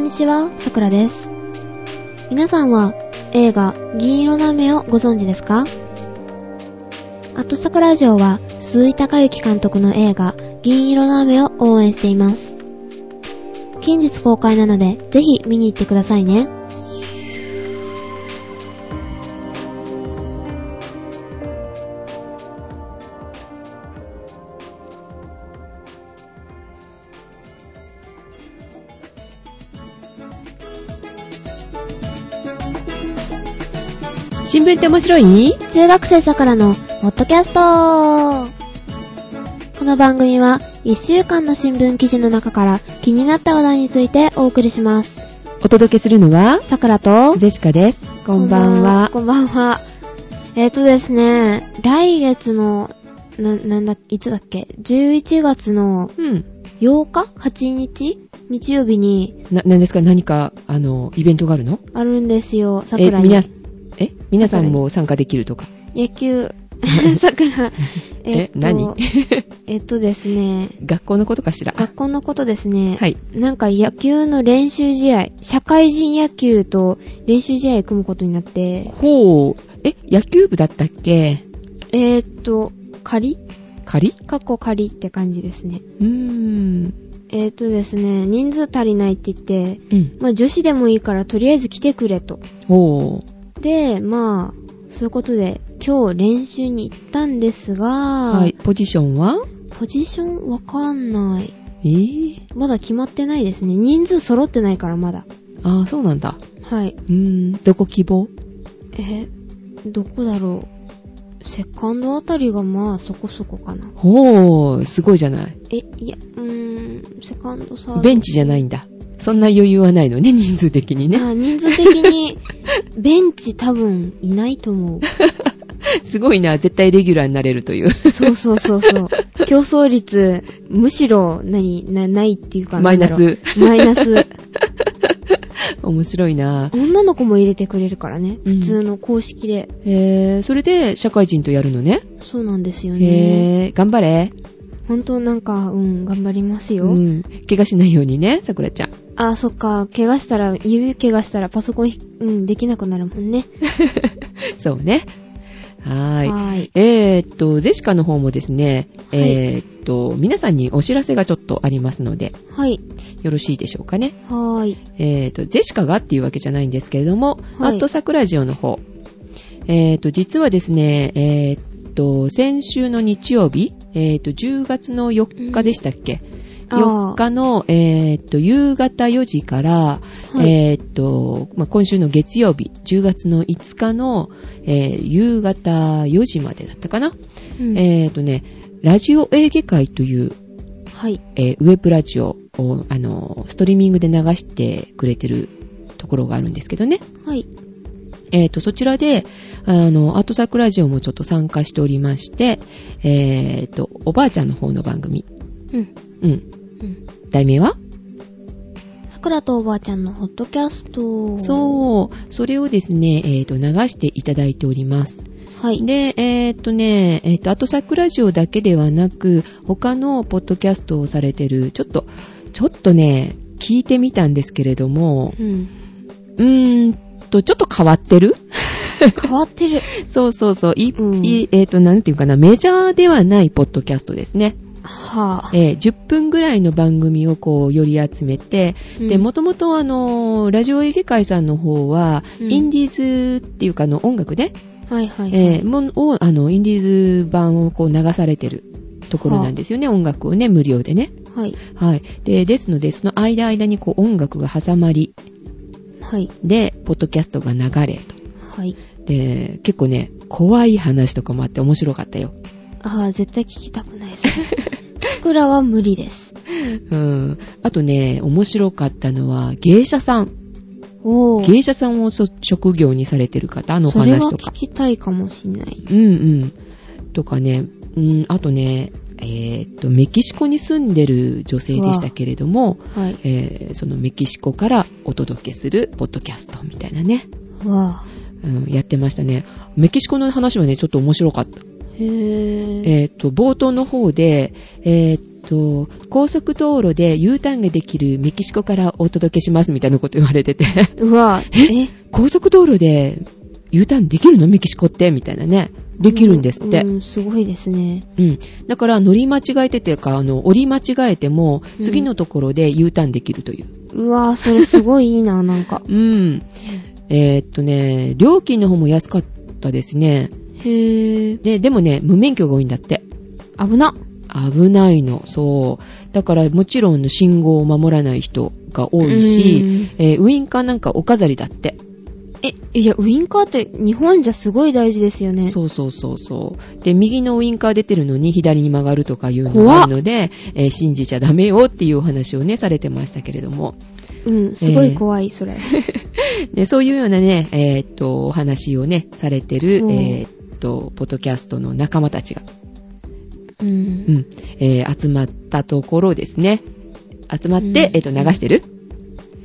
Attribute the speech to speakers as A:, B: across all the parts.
A: にちは、さくらです。皆さんは映画銀色の雨をご存知ですかアットサクラジオは鈴井隆之監督の映画銀色の雨を応援しています。近日公開なのでぜひ見に行ってくださいね。
B: 新聞って面白い
A: 中学生さくらのポッドキャストこの番組は1週間の新聞記事の中から気になった話題についてお送りします。
B: お届けするのは、
A: さくらと
B: ゼシカです。こんばんは。
A: こんばんは。えっ、とですね、来月の、な、なんだ、いつだっけ ?11 月の
B: うん。
A: 8日 ?8 日日曜日に
B: な、何ですか何か、あの、イベントがあるの
A: あるんですよ、
B: え、
A: 桜
B: みな
A: に。、
B: え、皆さんも参加できるとか。
A: 野 球、 桜。
B: え
A: っと
B: 何
A: えっとですね、
B: 学校のことかしら。
A: 学校のことですね。
B: はい。
A: なんか野球の練習試合、社会人野球と練習試合組むことになって、
B: ほう。え、野球部だったっけ
A: えーっと、仮
B: 仮
A: かっこ仮って感じですね。
B: うーん。
A: えーっとですね、人数足りないって言って、
B: うん。
A: まあ女子でもいいからとりあえず来てくれと。
B: ほ
A: で、まあ、そういうことで今日練習に行ったんですが、
B: う。はい。ポジションは
A: ポジションわかんない。
B: えー、
A: まだ決まってないですね。人数揃ってないからまだ。
B: あー、そうなんだ。
A: はい。
B: うーん。どこ希望
A: え、どこだろう。セカンドあたりがまあそこそこかな。
B: ほう。すごいじゃない。
A: え、いや、うーん、セカンドサード。
B: ベンチじゃないんだ。そんな余裕はないのね、人数的にね。
A: あ人数的に、 ベンチ多分いないと思う。
B: すごいな、絶対レギュラーになれるという。
A: そうそうそうそう。競争率、むしろ、何、な、ないっていうか
B: マイナ。ス。
A: なんだろうマイナス。
B: 面白いな。
A: 女の子も入れてくれるからね。
B: うん
A: 普通の公式で。
B: へー、それで社会人とやるのね。
A: そうなんですよね。
B: へー、頑張れ。
A: 本当なんか、うん、頑張りますよ。
B: うん。怪我しないようにね、さくらちゃん。
A: あ、そっか。怪我したら、指怪我したらパソコンひ、うん、できなくなるもんね。
B: そうね。はーい。
A: はーい。
B: えーっと、ゼシカの方もですね、
A: はい
B: えーっと、皆さんにお知らせがちょっとありますので、
A: はい。
B: よろしいでしょうかね。
A: はーい。
B: えーっと、ゼシカがっていうわけじゃないんですけれども、
A: はい
B: アットサクラジオの方。えーっと、実はですね、えーっと、先週の日曜日、えーっと、10月の4日でしたっけ、4
A: あ
B: 日の、えーっと、夕方4時から、
A: ーはい
B: えーっと、まあ、今週の月曜日、10月の5日の、えー夕方4時までだったかな、
A: うん
B: えーっとね、ラジオエーゲ会という、
A: はい。
B: えーウェブラジオを、あのー、ストリーミングで流してくれてるところがあるんですけどね。
A: はい。
B: えーっと、そちらで、あの、アートサクラジオもちょっと参加しておりまして、えーっと、おばあちゃんの方の番組。
A: うん。
B: うん。
A: うん。
B: 題名は
A: 桜とおばあちゃんのホットキャスト。
B: そう、それをですね、えっ、と、流していただいております。
A: う。はい。
B: で、えっ、とね、えっ、と、後作ラジオだけではなく、他のポッドキャストをされてる、ちょっと、ちょっとね、聞いてみたんですけれども、
A: うん。
B: うーんと、ちょっと変わってる
A: 変わってる。
B: そうそうそう、い、
A: うん
B: いえっ、と、なんていうかな、メジャーではないポッドキャストですね。
A: はぁ。
B: えー10分ぐらいの番組をこう、より集めて、
A: うん
B: で、もともとあのーラジオ映画界さんの方は、
A: うん
B: インディーズっていうかあの音楽ね、
A: はいはい。
B: えーもんを、あの、インディーズ版をこう流されてるところなんですよね、音楽をね、無料でね。
A: はい。
B: はい。で、ですので、その間間にこう音楽が挟まり、
A: はい。
B: で、ポッドキャストが流れと。
A: はい。
B: で、結構ね、怖い話とかもあって面白かったよ。
A: ああ、絶対聞きたくないです。桜は無理です。
B: うん。あとね、面白かったのは、芸者さん。
A: おー。
B: 芸者さんをそ職業にされてる方のお
A: それは
B: 話とか
A: 聞。きたいかもしんない。
B: うんうん。とかね、うん、あとね、えーっと、メキシコに住んでる女性でしたけれども、
A: はい。
B: えーそのメキシコからお届けするポッドキャストみたいなね、
A: わ
B: うん、やってましたね。メキシコの話はね、ちょっと面白かった。
A: ぁ。へー。
B: えっと冒頭の方で、えっと高速道路で U ターンができるメキシコからお届けしますみたいなこと言われて て
A: うわ、え
B: 高速道路で U ターンできるのメキシコってみたいなねできるんですって、
A: うんうんすごいですね。
B: うん。だから乗り間違えてていうか、あの、折り間違えても、
A: うん
B: 次のところで U ターンできるという。
A: うわそれすごいいいな、 なんか。
B: うん。えーっとね、料金の方も安かったですね。
A: へぇー。
B: で、でもね、無免許が多いんだって。
A: 危な。
B: 危ないの、そう。だからもちろん信号を守らない人が多いし、えーウインカーなんかお飾りだって。
A: え、いや、ウインカーって日本じゃすごい大事ですよね。
B: そうそうそうそう。で、右のウインカー出てるのに左に曲がるとかいうのがあるので、えー信じちゃダメよっていうお話をね、されてましたけれども。
A: うん、すごい怖い、そ れ。
B: でそういうようなね、えーっと、お話をね、されてる、
A: うん
B: えーっと、ポッドキャストの仲間たちが、
A: う。
B: うんん、えー集まったところですね。集まって、
A: うん
B: えーっと、流してる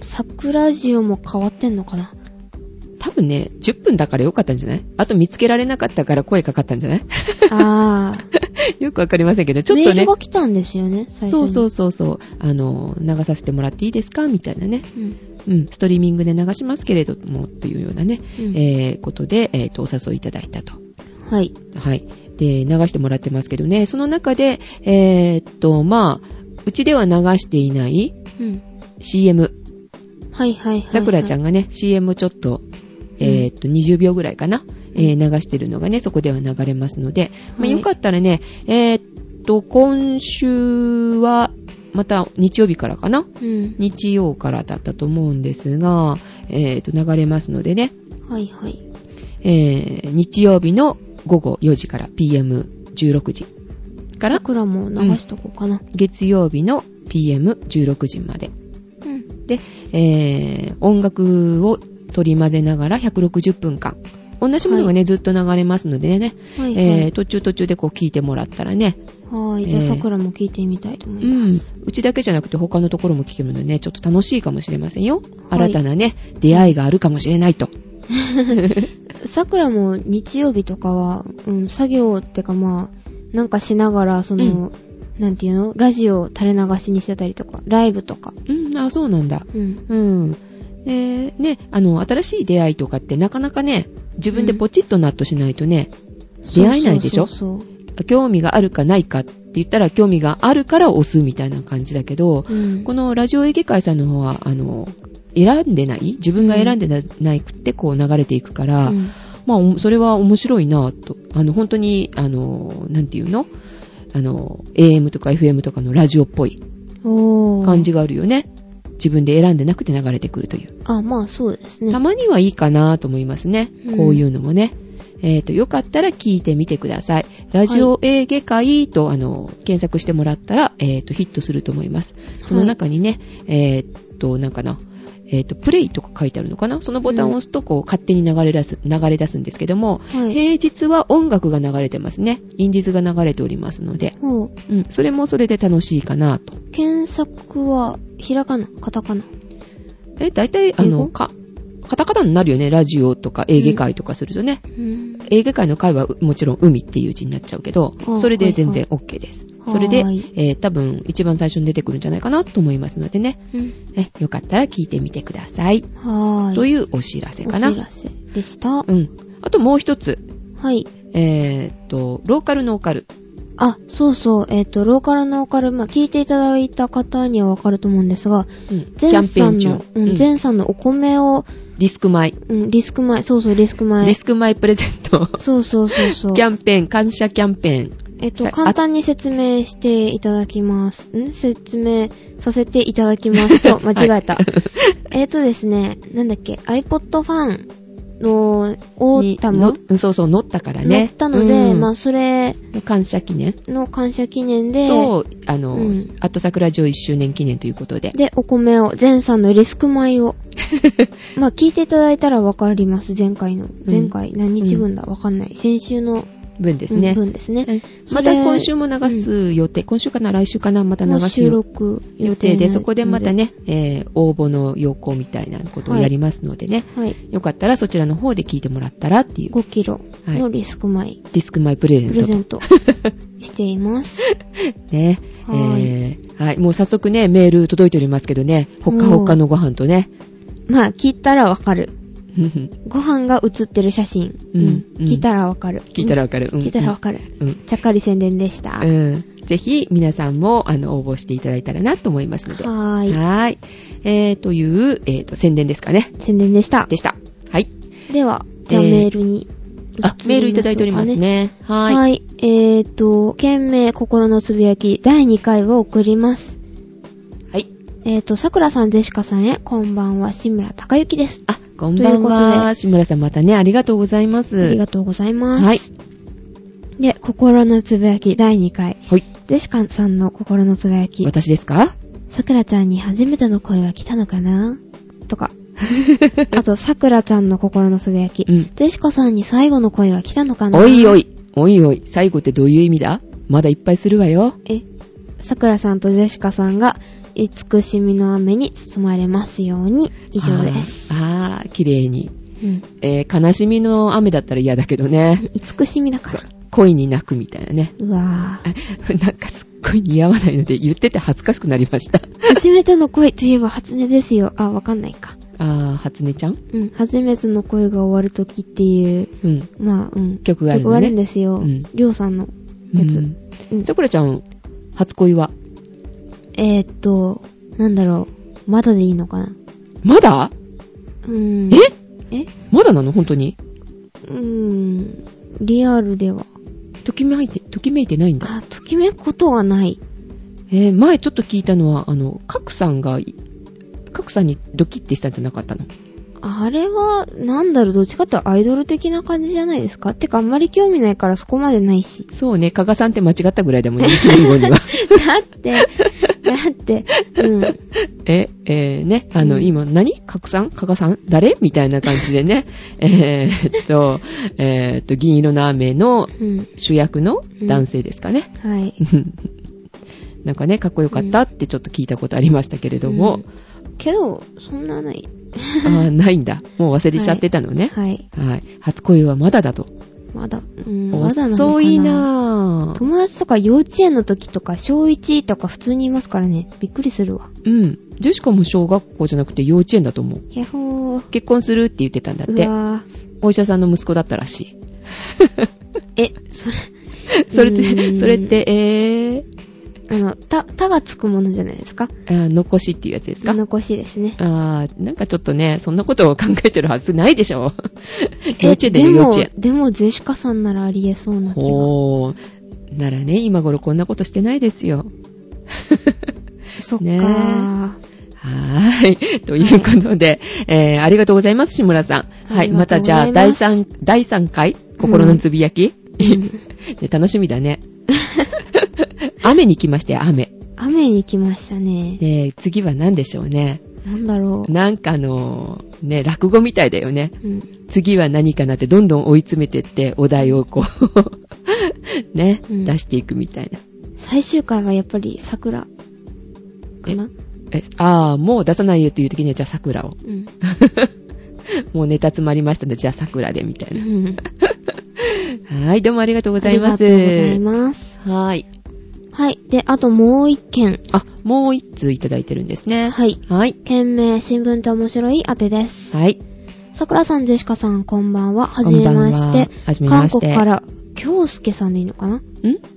A: 桜ジオも変わってんのかな
B: 多分ね、10分だからよかったんじゃないあと見つけられなかったから声かかったんじゃない
A: あー。
B: よくわかりませんけど、ちょっ
A: メ
B: と
A: ール
B: ね
A: が、来たんですよね、最初
B: そ
A: に。
B: うそううそうそう、あの、流させてもらっていいですかみたいなね。
A: そう。うん。
B: うん、ストリーミングで流しますけれども、というようなね、
A: うん
B: えーことで、えーっと、お誘いいただいたと。
A: はい。
B: はい。で、流してもらってますけどね、その中で、えーっと、まあ、うちでは流していない
A: うん。
B: CM、
A: はいはいはい、はい。
B: さくらちゃんがね、CM をちょっと、えーっと、20秒ぐらいかな、えー流してるのがね、そこでは流れますので、ま
A: はい
B: あ、よかったらね、えーっと、今週は、また日曜日からかな
A: うん。
B: 日曜からだったと思うんですが、えーっと、流れますのでね、
A: はいはい。
B: えー日曜日の午後4時から PM16 時から
A: さ、くらも流しとこうかな。
B: 月曜日の PM16 時まで。
A: うん。
B: で、えー、音楽を取り混ぜながら160分間。同じものがね、ずっと流れますのでね、
A: はいはい。
B: えー、途中途中でこう聞いてもらったらね、
A: はーい。じゃあ、
B: えー
A: さくらも聞いてみたいと思いうま
B: ん
A: す。、
B: うちだけじゃなくて他のところも聞けるのでね、ちょっと楽しいかもしれませんよ。
A: はい
B: 新たなね、出会いがあるかもしれないと。
A: さくらも日曜日とかは、うん、作業ってかまあ、なんかしながら、その、なんていうのラジオを垂れ流しにしてたりとか、ライブとか。
B: うん、あ、そうなんだ。
A: うん。
B: うん。で、ね、あの、新しい出会いとかってなかなかね、自分でポチッと納得しないとね、出会えないでしょ
A: そうそう
B: 興味があるかないかって言ったら興味があるから押すみたいな感じだけど、
A: そう。うん。
B: このラジオ演技会さんの方は、あの、選んでない自分が選んでな,、くってこう流れていくから、
A: うん
B: まあ、おそれは面白いなと。あの、本当に、あの、なんていうのあの、AM とか FM とかのラジオっぽい
A: おー。
B: 感じがあるよね。自分で選んでなくて流れてくるという。
A: あ、まあそうですね。
B: たまにはいいかなと思いますね。
A: うん
B: こういうのもね。えっ、と、よかったら聞いてみてください。ラジオ映画会と、あの、検索してもらったら、えっ、と、ヒットすると思います。その中にね、えっ、と、なんかな、えっ、と、プレイとか書いてあるのかなそのボタンを押すと、こう、勝手に流れ出す、流れ出すんですけども、
A: はい。
B: 平日は音楽が流れてますね。インディーズが流れておりますので、
A: ほう。
B: うん、それもそれで楽しいかなと。
A: 検索は、ひらかなカタカナ
B: え、大体、あ
A: 英
B: の、
A: 語
B: か、カタカナになるよね。ラジオとか、映画会とかするとね。
A: うーん。
B: 映画界の会はうもちろん海っていう字になっちゃうけど
A: あ、
B: それで全然 OK です。
A: はい
B: それで、え
A: はい
B: ー多分一番最初に出てくるんじゃないかなと思いますのでね、
A: うん。
B: えよかったら聞いてみてください。
A: はーい。
B: と
A: う
B: いうお知らせかな。
A: お知らせでした。
B: うん。あともう一つ、
A: はい。
B: えーっと、ローカルノーカル。
A: あ、そうそう。えっ、と、ローカルノーカル、まあ、聞いていただいた方にはわかると思うんですが、
B: うんキャ
A: 前
B: ンペー
A: さ
B: ン
A: ん
B: 中
A: の、。うん、
B: うん
A: 前さんのお米を、
B: リスク米。
A: うん、リスク前、そうそう、リスク前。
B: リスク米プレゼント。
A: そうそうそうそう
B: キ。ャンペーン、感謝キャンペーン。
A: えっと、
B: さ
A: 簡単に説明していただきます。ん説明させていただきます と、間違えた。えっとですね、なんだっけ、iPod ファンの、オータ
B: に
A: ム
B: のうんそうそう、乗ったからね。
A: 乗ったので、
B: うん
A: まあ、それ
B: 感謝記念
A: の感謝記念で、
B: と、あの、
A: うん
B: あと桜城1周年記念というこ とで。
A: で、お米を、前さんのリスク米を。まあ、聞いていただいたらわかります、前回の。前回、何日分だわかんない。先週の
B: 分ですね。
A: 分ですね。
B: うん
A: それ
B: また今週も流す予定、今週かな来週かなまた流
A: もう
B: す
A: 収
B: 予
A: 録
B: 予定で、そこでまた。ね、えー応募の要項みたいなことをやりますのでね、
A: はい。
B: よかったらそちらの方で聞いてもらったらっていう、
A: 5キロのリスク前、
B: ディスクマイプレゼン
A: プ
B: ト
A: レ
B: と
A: ゼントしています。
B: ね。
A: はい
B: えーはい。もう早速ね、メール届いておりますけどね、ほっかほっかのご飯とね、
A: まあ、聞いたらわかる。
B: ふんふん
A: ご飯が写ってる写真。
B: うんうん
A: 聞いたらわかる。
B: 聞いたらわかる。
A: うん、聞いたらわ
B: か
A: かる。
B: る。うん
A: ちゃっかり宣伝でした。は
B: うん。ぜひ、皆さんも、あの、応募していただいたらなと思いますので。
A: ーい。
B: はーい。えー、という、えー、と、宣伝ですかね。
A: 宣伝でした。
B: でした。はい。
A: では、じゃあ
B: えー
A: メールに、
B: あ、メールいただいております。ね。は
A: はい。
B: ーい。
A: えーと、件名心のつぶやき第2回を送ります。
B: はい。
A: えーと、さくらさん、ジェシカさんへ、こんばんは、志村たかゆきです。
B: あ、こんばん
A: ということ
B: は。
A: で
B: 志村さん、またね、ありがとうございます。
A: ありがとうございます。
B: はい。
A: で、心のつぶやき第2回。
B: はい。
A: ジェシカさんの心のつぶやき。
B: 私で すか
A: さくらちゃんに初めての声は来たのかなとか。あと、さくらちゃんの心のつぶやき。
B: うん
A: ジェシカさんに最後の声は来たのかな
B: おいお。い。おいおい。最後ってどういう意味だまだいっぱいするわよ。
A: え、さくらさんとジェシカさんが、慈しみの雨に包まれますように、以上です。
B: あーあー、綺麗に。
A: うん。
B: えー悲しみの雨だったら嫌だけどね。
A: 慈しみだから。
B: 恋に泣くみたいなね。
A: うわ
B: あ なんかすっごい似合わないので、言ってて恥ずかしくなりました。
A: ぁ。初めての恋といえば初音ですよ。あ、わかんないか。
B: あー、初音ちゃん
A: うん。初めての恋が終わるときっていう、
B: うん。
A: まあ、うん。
B: 曲があるのね
A: 曲があるんですよ。
B: うん
A: りょうさんのやつ。うん
B: さくらちゃん、初恋は
A: えー、っと、なんだろう。まだでいいのかな
B: まだ
A: うーん。
B: え
A: え
B: まだなの本当に
A: うーん。リアルでは。
B: ときめいて、ときめいてないんだ。
A: あ、ときめくことがない。
B: えー前ちょっと聞いたのは、あの、カクさんが、カクさんにドキッてしたんじゃなかったの。
A: あれは、なんだろう、どっちかってアイドル的な感じじゃないですかてか、あんまり興味ないからそこまでないし
B: そうね、加賀さんって間違ったぐらいだもんね、1年後 には。
A: だって、 だって、うん。
B: え、えーね、あの、
A: うん
B: 今、何賀来さん加賀さん誰みたいな感じ でね、えーっと、えーっと、銀色の雨の
A: うん。
B: 主役の男性ですかね。
A: はい。
B: なんかね、かっこよかったってちょっと聞いたことありましたけれども、
A: けど、そんなない。
B: あーないんだ。もう忘れちゃってたのね。
A: はい。
B: はい。初恋はまだだと。
A: まだ、うん、まだなのかな
B: 遅いなぁ。
A: 友達とか幼稚園の時とか、小1とか普通にいますからね。びっくりするわ。
B: うん。ジェシカも小学校じゃなくて幼稚園だと思う。
A: やっほー。
B: 結婚するって言ってたんだっ
A: う
B: て。
A: わ
B: お医者さんの息子だったらしい。
A: ー。え、それ、
B: それっ
A: うー
B: て、
A: ん
B: それって、えー、
A: あの、た、たがつくものじゃないですか。
B: あ残しっていうやつですか
A: 残しですね。
B: あーなんかちょっとね、そんなことを考えてるはずないでしょ
A: え
B: 幼稚園だよ、幼稚園。
A: でも、でもゼシカさんならありえそうな気が。
B: ほー。ならね、今頃こんなことしてないですよ。
A: そっか
B: ね
A: ー。
B: はーい。ということで、えー、ありがとうございます、志村さん。は
A: あ
B: い。
A: り
B: ま
A: がとう
B: た
A: ご
B: じゃ
A: ざい
B: あ、
A: ます
B: 第3、第3回、心のつぶやき、 ね楽しみだね。 雨に来ましたよ、雨。
A: 雨に来ましたね。
B: で、次は何でしょうね。
A: なんだろう。
B: なんかあのーね、落語みたいだよね。
A: うん。
B: 次は何かなってどんどん追い詰めてってお題をこう ね、
A: うん
B: 出していくみたいな。
A: 最終回はやっぱり桜かな
B: えああ、もう出さないよという時にはじゃあ桜を。
A: うん。
B: もうネタ詰まりましたので、じゃあ桜でみた
A: う
B: いな。
A: ん。
B: はい、どうもありがとうございます。
A: ありがとうございます。
B: はい。
A: はい。で、あともう一件。
B: あ、もう一通いただいてるんですね。
A: はい。
B: はい。
A: 件名、新聞って面白い当てです。
B: はい。
A: さくらさん、ジェシカさん、こんばんは。はじめまして。
B: こんばんははじめまして
A: 韓国から、京介さんでいいのかなん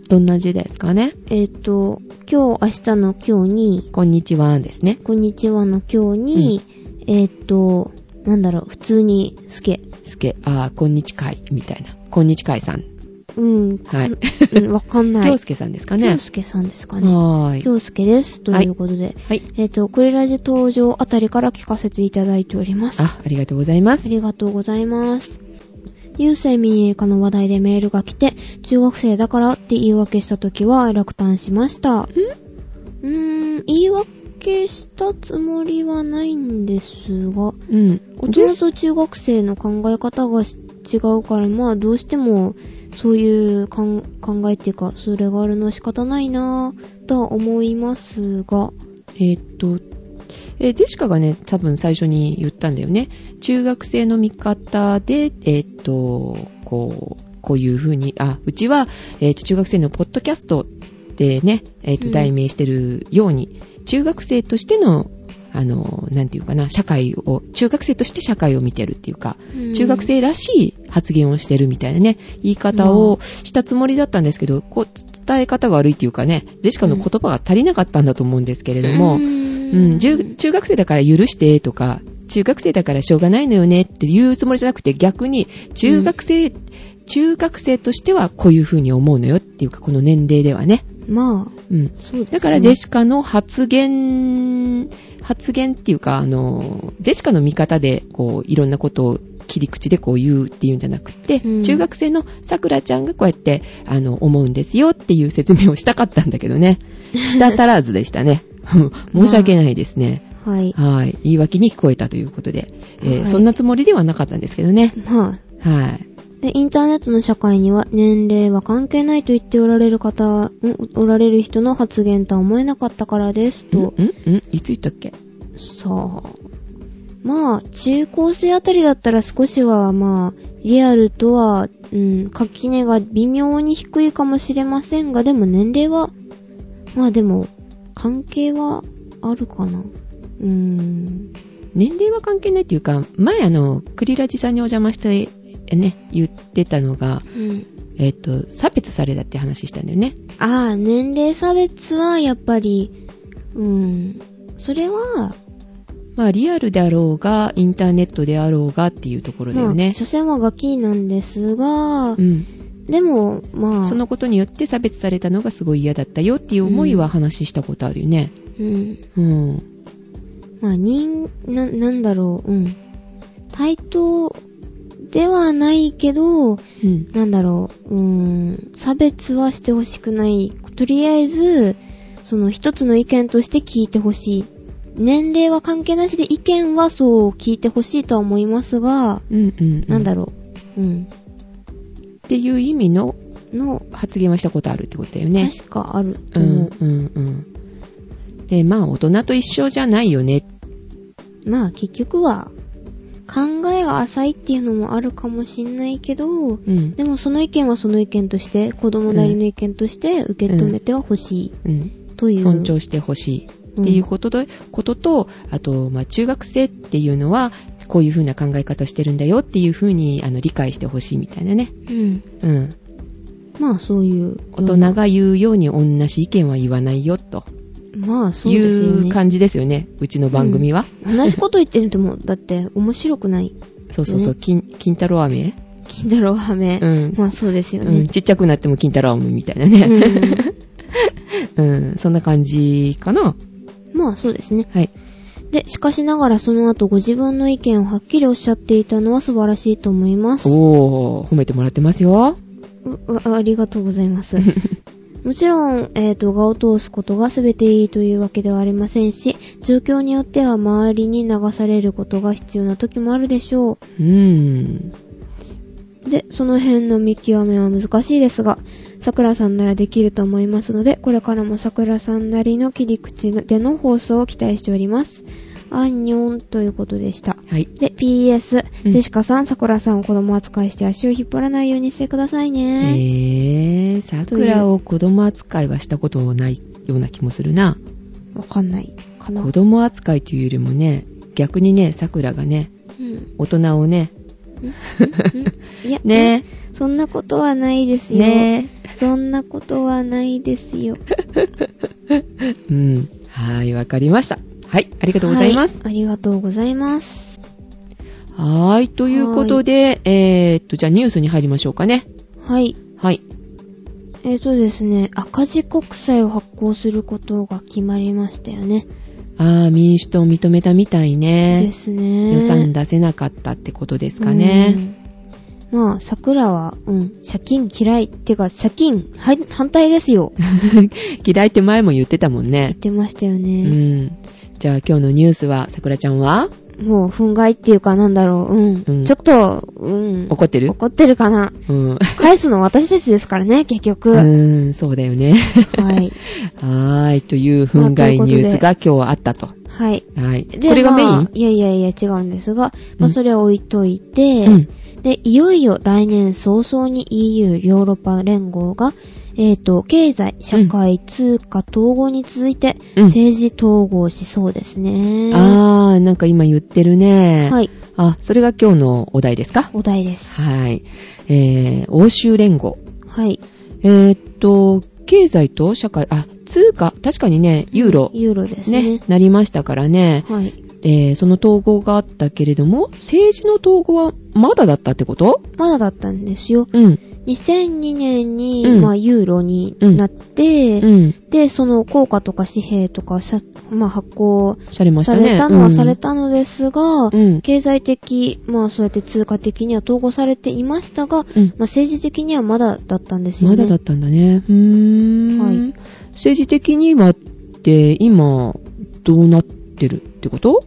B: どんな字ですかね
A: えっ、と、今日、明日の今日に、
B: こんにちはですね。
A: こんにちはの今日に、えっ、と、なんだろう、普通に、すけ。
B: すけ、ああ、こんにちかい、みたいな。こんにちかいさん。
A: うん。
B: はい
A: うん、わかんない。
B: きょうすけさんですかね
A: 京。介さんですかね。
B: はーい。
A: 京介です。ということで。
B: はい。
A: えっ、と、クリラジ登場あたりから聞かせていただいております。
B: あ、ありがとうございま
A: あ
B: す。
A: りがとうございます。郵政民営化の話題でメールが来て、中学生だからって言い訳した時は落胆しました。んうーん、言い訳したつもりはないんですが、
B: うん。
A: 大人と中学生の考え方がし違うから、まあどうしてもそういうかん考えっていうか、それがあるのは仕方ないなぁとは思いますが、
B: えーっと、えージェシカがね、多分最初に言ったんだよね。中学生の見方で、えーっと、こう、こういう風に、あ、うちは、えーっと、中学生のポッドキャストでね、えーっ
A: う
B: と、
A: ん
B: 題名してるように、中学生としての、あの、なんていうかな、社会を、中学生として社会を見てるっていうか、中学生らしい発言をしてるみたいなね、言い方をしたつもりだったんですけど、こう、伝え方が悪いっていうかね、ジェシカの言葉が足りなかったんだと思うんですけれども、
A: ん
B: うん、中中学生だから許してとか、中学生だからしょうがないのよねっていうつもりじゃなくて、逆に、中学生、中学生としてはこういう風に思うのよっていうか、この年齢ではね。
A: まあ、
B: うん。
A: そうですね
B: だから、ジェシカの発言、発言っていうか、あの、ジェシカの見方で、こう、いろんなことを切り口でこう言うっていうんじゃなくて、
A: うん
B: 中学生のさくらちゃんがこうやって、あの、思うんですよっていう説明をしたかったんだけ どね。した足らずでしたね。 うん申し訳ないですね。
A: はい。
B: はい。言い訳に聞こえたということで、えー
A: はい
B: そんなつもりではなかったんですけどね。
A: まあ、
B: はい。
A: で、インターネットの社会には年齢は関係ないと言っておられる方、んおられる人の発言とは思えなかったからです
B: うん、
A: と。
B: うん、うんいつ言ったっけ
A: さあ。まあ、中高生あたりだったら少しは、まあ、リアルとは、うん、垣根が微妙に低いかもしれませんが、でも年齢は、まあでも、関係はあるかな。うーん。
B: 年齢は関係ないっていうか、前あの、クリラジさんにお邪魔して、ね、言ってたのが、
A: うん。
B: えっ、と、差別されたって話したんだよね。
A: ああ、年齢差別はやっぱり、うん。それは、
B: まあ、リアルであろうが、インターネットであろうがっていうところだよ
A: まあ、
B: ね。
A: 所詮はガキなんですが、
B: うん。
A: でも、まあ、
B: そのことによって差別されたのがすごい嫌だったよっていう思いは話したことあるよね。
A: うん、
B: うん。
A: まあ、人、な、なんだろう、うん。対等ではないけど、
B: うん。
A: なんだろう、うーん、差別はしてほしくない。とりあえず、その一つの意見として聞いてほしい。年齢は関係なしで意見はそう聞いてほしいとは思いますが、
B: うん、うん。
A: なんだ
B: ろ
A: ろう、うん、
B: う。っていう意味の
A: の、
B: 発言はしたことあるってことだよね。
A: 確かあると
B: う
A: 思う。
B: んうんうん。で、まあ、大人と一緒じゃないよね。
A: まあ結局は考えが浅いっていうのもあるかもしんないけど、
B: うん。
A: でもその意見はその意見として、子供なりの意見として受け止めてはほし
B: うん。
A: いという。
B: 尊重してほしい。っていうことと、ことと、あと、まあ、中学生っていうのは、こういうふうな考え方してるんだよっていうふうに、あの、理解してほしいみたいなね。
A: うん。うん。
B: うん。
A: まあそういう。
B: 大人。が言うように同じ意見は言わないよ、と
A: まあそう
B: い
A: ですよね
B: う。感じですよね。うちの番組は。
A: 同じこと言ってても、だって面白くない。
B: そうそうそう、金、金太郎飴
A: 金太郎はめ。
B: うん。
A: まあそうですよ
B: う
A: ね
B: ん。。ちっちゃくなっても金太郎飴みたいなね。 うん。そんな感じかな。
A: うんまあそうですね。
B: はい。
A: で、しかしながらその後ご自分の意見をはっきりおっしゃっていたのは素晴らしいと思います。
B: おー、褒めてもらってます よ。
A: うあありがとうございます。もちろん、えっ、と、画を通すことが全ていいというわけではありませんし、状況によっては周りに流されることが必要な時もあるでしょ
B: うーん。
A: う。で、その辺の見極めは難しいですが、桜さんならできると思いますので、これからも桜さんなりの切り口での放送を期待しております。アンニョンということでした。
B: はい。
A: で、PS、
B: うん
A: ジェシカさん、桜さんを子供扱いして足を引っ張らないようにしてください
B: え
A: ね。
B: ー、桜を子供扱いはしたことないような気もするな。
A: わかんないかな。
B: 子供扱いというよりもね、逆にね、桜がね、
A: うん
B: 大人をね、
A: いや、
B: ね
A: そんなことはないですよ。
B: ね
A: そんなことはないですよ。あ
B: うん。はい、わかりました。はい、ありがとうございます。
A: ありがとうございます。
B: はーい、ということで、えーっと、じゃあニュースに入りましょうかね。
A: はい。
B: はい。
A: えーとですね、赤字国債を発行することが決まりましたよね。
B: あー、民主党を認めたみたい
A: で
B: ね。
A: すね。
B: 予算
A: で
B: 出せなかったってことですかね。。
A: まあ、桜は、うん、借金嫌い。ってか、借金、はい、反対ですよ。言
B: 嫌いって前も言ってたもんね
A: っ。てましたよ
B: う
A: ね。
B: ん。じゃあ今日のニュースは、さくらちゃんは
A: もう、憤慨っていうかなんだろう。うん。
B: うん
A: ちょっと、うん。
B: 怒ってる
A: 怒ってるかな。
B: うん。
A: 返すの私たちですからね、結局。
B: う
A: は
B: ーん、そうだよね。
A: い。
B: はーい、という憤慨ニュースが今日はあったと。
A: はい。
B: はい。
A: で、
B: これがメイン、
A: まあ、いやいやいや、違うんですが、まあ、
B: うん
A: それを置いといて、
B: うん。
A: で、いよいよ来年早々に EU、ヨーロッパ連合が、えっ、と、経済、社会、通貨統合に続いて、
B: うん
A: 政治統合しそうですね。
B: あー、なんか今言ってるね。
A: はい。
B: あ、それが今日のお題ですか
A: お題です。
B: はい。えー、欧州連合。
A: はい。
B: えーっと、経済と社会、あ、通貨、確かにね、ユーロ、
A: ユーロですね。
B: ね、なりましたからね、
A: はい。
B: えー、その統合があったけれども、政治の統合はまだだったってこと
A: まだだったんですよ。
B: うん。
A: 2002年に、
B: うん
A: まあ、ユーロになって、
B: うん。
A: で、その効果とか紙幣とかさ、まあ、発行
B: されまし
A: さ
B: たね。
A: れたのはされたのですが、
B: うん。うん。
A: 経済的、まあそうやって通貨的には統合されていましたが、
B: うん
A: まあ政治的にはまだだったんですよ
B: ま
A: ね。
B: だだったんだね。うーん。
A: はい
B: 政治的にはって、今、どうなってるってこと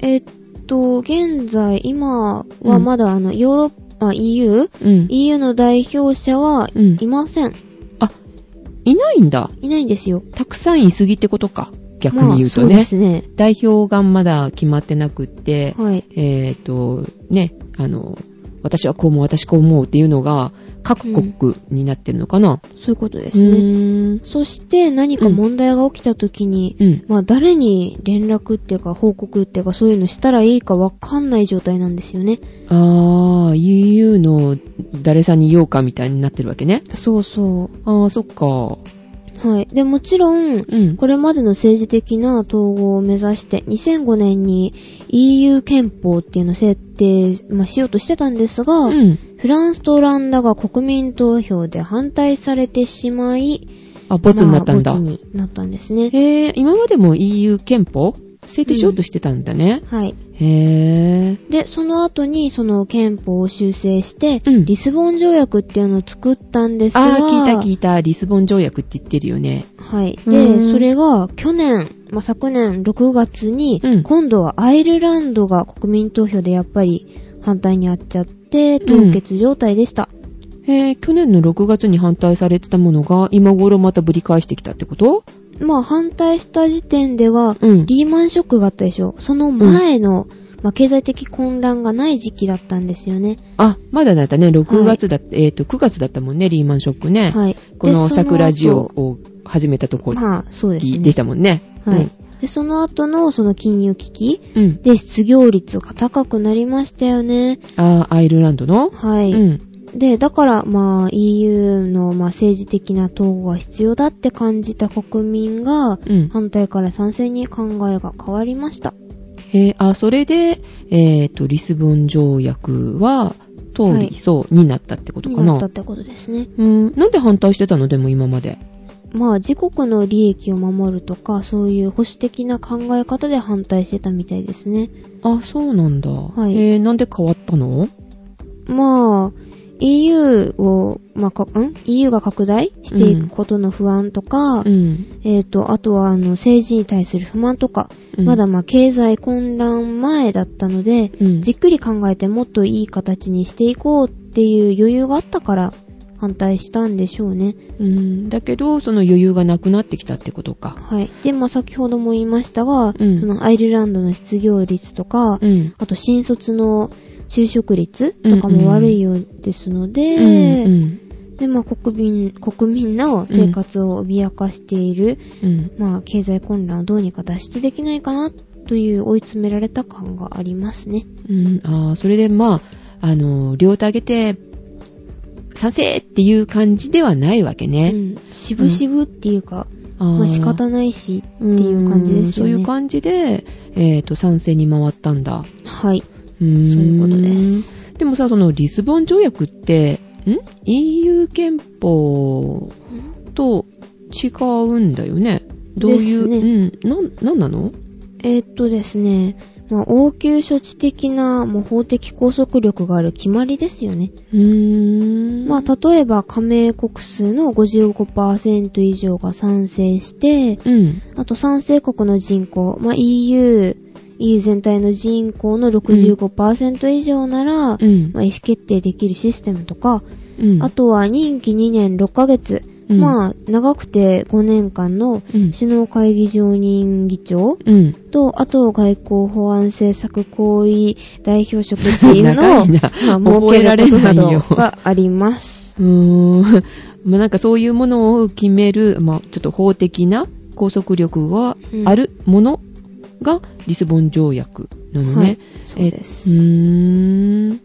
A: えっと、現在、今はまだ、あの、ヨーロッパ、あ EU、
B: うん。
A: EU の代表者は
B: うん
A: いません。
B: あ、いないんだ。
A: いないんですよ。
B: たくさんいすぎってことか。逆
A: まあ
B: に言うと
A: そうで
B: ね。
A: すね。
B: 代表がまだ決まってなくって、
A: はい。
B: えっ、と、ね、あの、私はこう思う、私こう思うっていうのが、各国になってるのかな。
A: そういうことで
B: う
A: すね。
B: ーん。
A: そして何か問題が起きた時に、
B: うん。
A: まあ誰に連絡っていうか報告っていうかそういうのしたらいいかわかんない状態なんですよね。
B: あー、EU の誰さんに言おうかみたいになってるわけね。
A: そうそ
B: あー、そっか。
A: う。はい。で、もちろん、
B: うん。
A: これまでの政治的な統合を目指して2005年に EU 憲法っていうのを設定、まあ、しようとしてたんですが、
B: うん。
A: フランスとオランダが国民投票で反対されてしまい、
B: あ、ボツになったんだ。
A: まあボツになったんですね。
B: へー、今までも EU 憲法制定しようとしてたんだね。
A: はい。
B: へー。
A: で、その後にその憲法を修正して、
B: うん
A: リスボン条約っていうのを作ったんですが、
B: あー、聞いた聞いた。リスボン条約って言ってるよね。
A: はい。
B: う
A: で、
B: ん
A: それが去年、まあ、昨年6月に、
B: うん
A: 今度はアイルランドが国民投票でやっぱり反対にあっちゃって、凍結状態でした。
B: えー、去年の6月に反対されてたものが、今頃またぶり返してきたってこと
A: まあ、反対した時点では、
B: うん。
A: リーマンショックがあったでしょ。その前の、まあ、経済的混乱がない時期だったんですよね。
B: あ、まだだったね。6月だった、えっ、と、9月だったもんね、リーマンショックね。
A: はい。
B: この
A: で
B: 桜ジオ
A: そ
B: を始めたとこ
A: の後
B: ろ
A: まあ、そうですね。
B: でしたもんね。
A: はい。で、その後のその金融危機
B: うん。うん。
A: で失業率が高くなりましたよね。
B: あーアイルランドの、
A: はい。
B: うん。
A: で、だから、まあ、EU の、まあ、政治的な統合が必要だって感じた国民が、
B: うん。
A: 反対から賛成に考えが変わりました。
B: えー、あ、それで、えっ、と、リスボン条約は、通
A: は
B: り
A: い
B: そうになったってことか
A: にな
B: な。
A: ったってことですね。
B: うん。なんで反対してたのでも今まで。
A: まあ、自国の利益を守るとか、そういう保守的な考え方で反対してたみたいですね。
B: あ、そうなんだ。
A: い
B: えー、なんで変わったの
A: まあ、EU を、まあ、かん ?EU が拡大していくことの不安とか、
B: うん。
A: えっ、と、あとは、あの、政治に対する不満とか、
B: うん
A: まだまあ、経済混乱前だったので、
B: うん。
A: じっくり考えてもっといい形にしていこうっていう余裕があったから反対したんでしょうね。
B: うん、だけど、その余裕がなくなってきたってことか。
A: はい。で、まあ、先ほども言いましたが、
B: うん
A: そのアイルランドの失業率とか、
B: うん。
A: あと新卒の就職率とかも悪いようですので、
B: うん。
A: で、まあ、国民、国民の生活を脅かしている、
B: うん。
A: まあ、経済混乱をどうにか脱出できないかなという追い詰められた感がありますね。
B: うん。ああ、それで、まあ、あの、両手上げて、賛成っていう感じではないわけ
A: う
B: ね。
A: ん。渋々っていうか、
B: あー
A: まあ、仕方ないしっていう感じですよね。
B: うんそういう感じで、えっ、と、賛成に回ったんだ。
A: はい。
B: うーん
A: そういうことです。
B: でもさ、そのリスボン条約って、ん ?EU 憲法と違うんだよね。どういう、
A: です
B: うん、なん、なんなの
A: えーっとですね、まあ、応急処置的な、もう法的拘束力がある決まりですよね。
B: うーん。
A: まあ、例えば、加盟国数の55%以上が賛成して、
B: うん。
A: あと賛成国の人口、まあ、EU、 EU 全体の人口の65%以上なら、
B: うん
A: まあ、意思決定できるシステムとか、
B: うん
A: あとは任期2年6ヶ月、
B: うん
A: まあ長くて5年間の
B: うん
A: 首脳会議常任議長
B: うん。
A: と、あと外交保安政策行為代表職っていうの
B: 長
A: を、
B: いな
A: まあ、設
B: 覚
A: け
B: えら
A: る
B: れ
A: こと
B: な
A: ない
B: よ
A: どがあります。
B: うーん。 まあ、なんかそういうものを決める、まあ、ちょっと法的な拘束力があるものがリスボン条約なのね。
A: はい、そうで
B: えう
A: す。
B: ーん。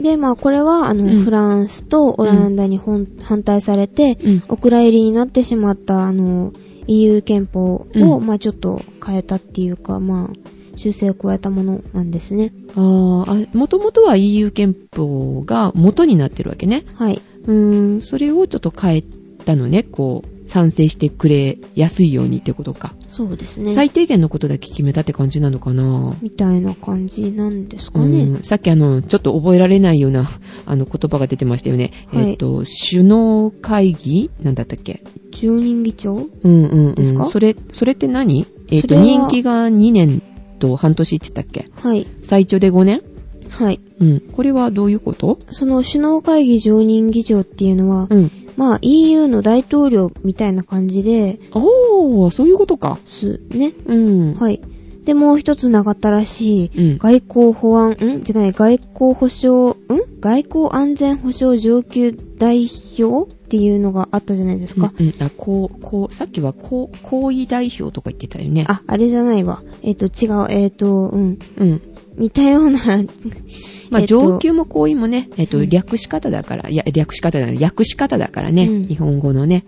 A: で、まあ、これは、あの、
B: うん
A: フランスとオランダにほん、反対されて、
B: うん
A: お蔵入りになってしまった、あの、EU 憲法を、
B: うん
A: まあ、ちょっと変えたっていうか、まあ、修正を加えたものなんですね。
B: あーあ、もともとは EU 憲法が元になってるわけね。
A: はい。
B: うーん、それをちょっと変えたのね、こう、賛成してくれやすいようにってことか。
A: そうですね。
B: 最低限のことだけ決めたって感じなのかな。
A: みたいな感じなんですか
B: う
A: ね。
B: ん、さっきあの、ちょっと覚えられないような、あの、言葉が出てましたよね。
A: はい
B: えっ、と、首脳会議なんだったっけ
A: 常任議長
B: うんうん、うん。
A: ですか
B: それ、それって何えっ、
A: それ
B: と、
A: は
B: 任期が2年と半年って言ったっけ
A: はい。
B: 最長で5年
A: はい。
B: うん。これはどういうこと
A: その首脳会議常任議長っていうのは、
B: うん。
A: まあ EU の大統領みたいな感じで
B: おー、そういうことか。
A: すね。
B: うん。
A: はい。で、もう一つ長ったらしい、
B: うん。
A: 外交保安、んじゃない、外交保障、ん外交安全保障上級代表っていうのがあったじゃないですか。
B: うんうん、あ、こう、こう、さっきはこう、行為代表とか言ってたよね。、
A: あ、あれじゃないわ。えっ、と、違う、えっ、と、うん。
B: うん。
A: 似たような、
B: まあ、
A: えっと
B: 上級も行為もね、えっ、
A: う
B: と、
A: ん
B: 略し方だから、いや、略し方だね、訳し方だからね、
A: うん
B: 日本語のね。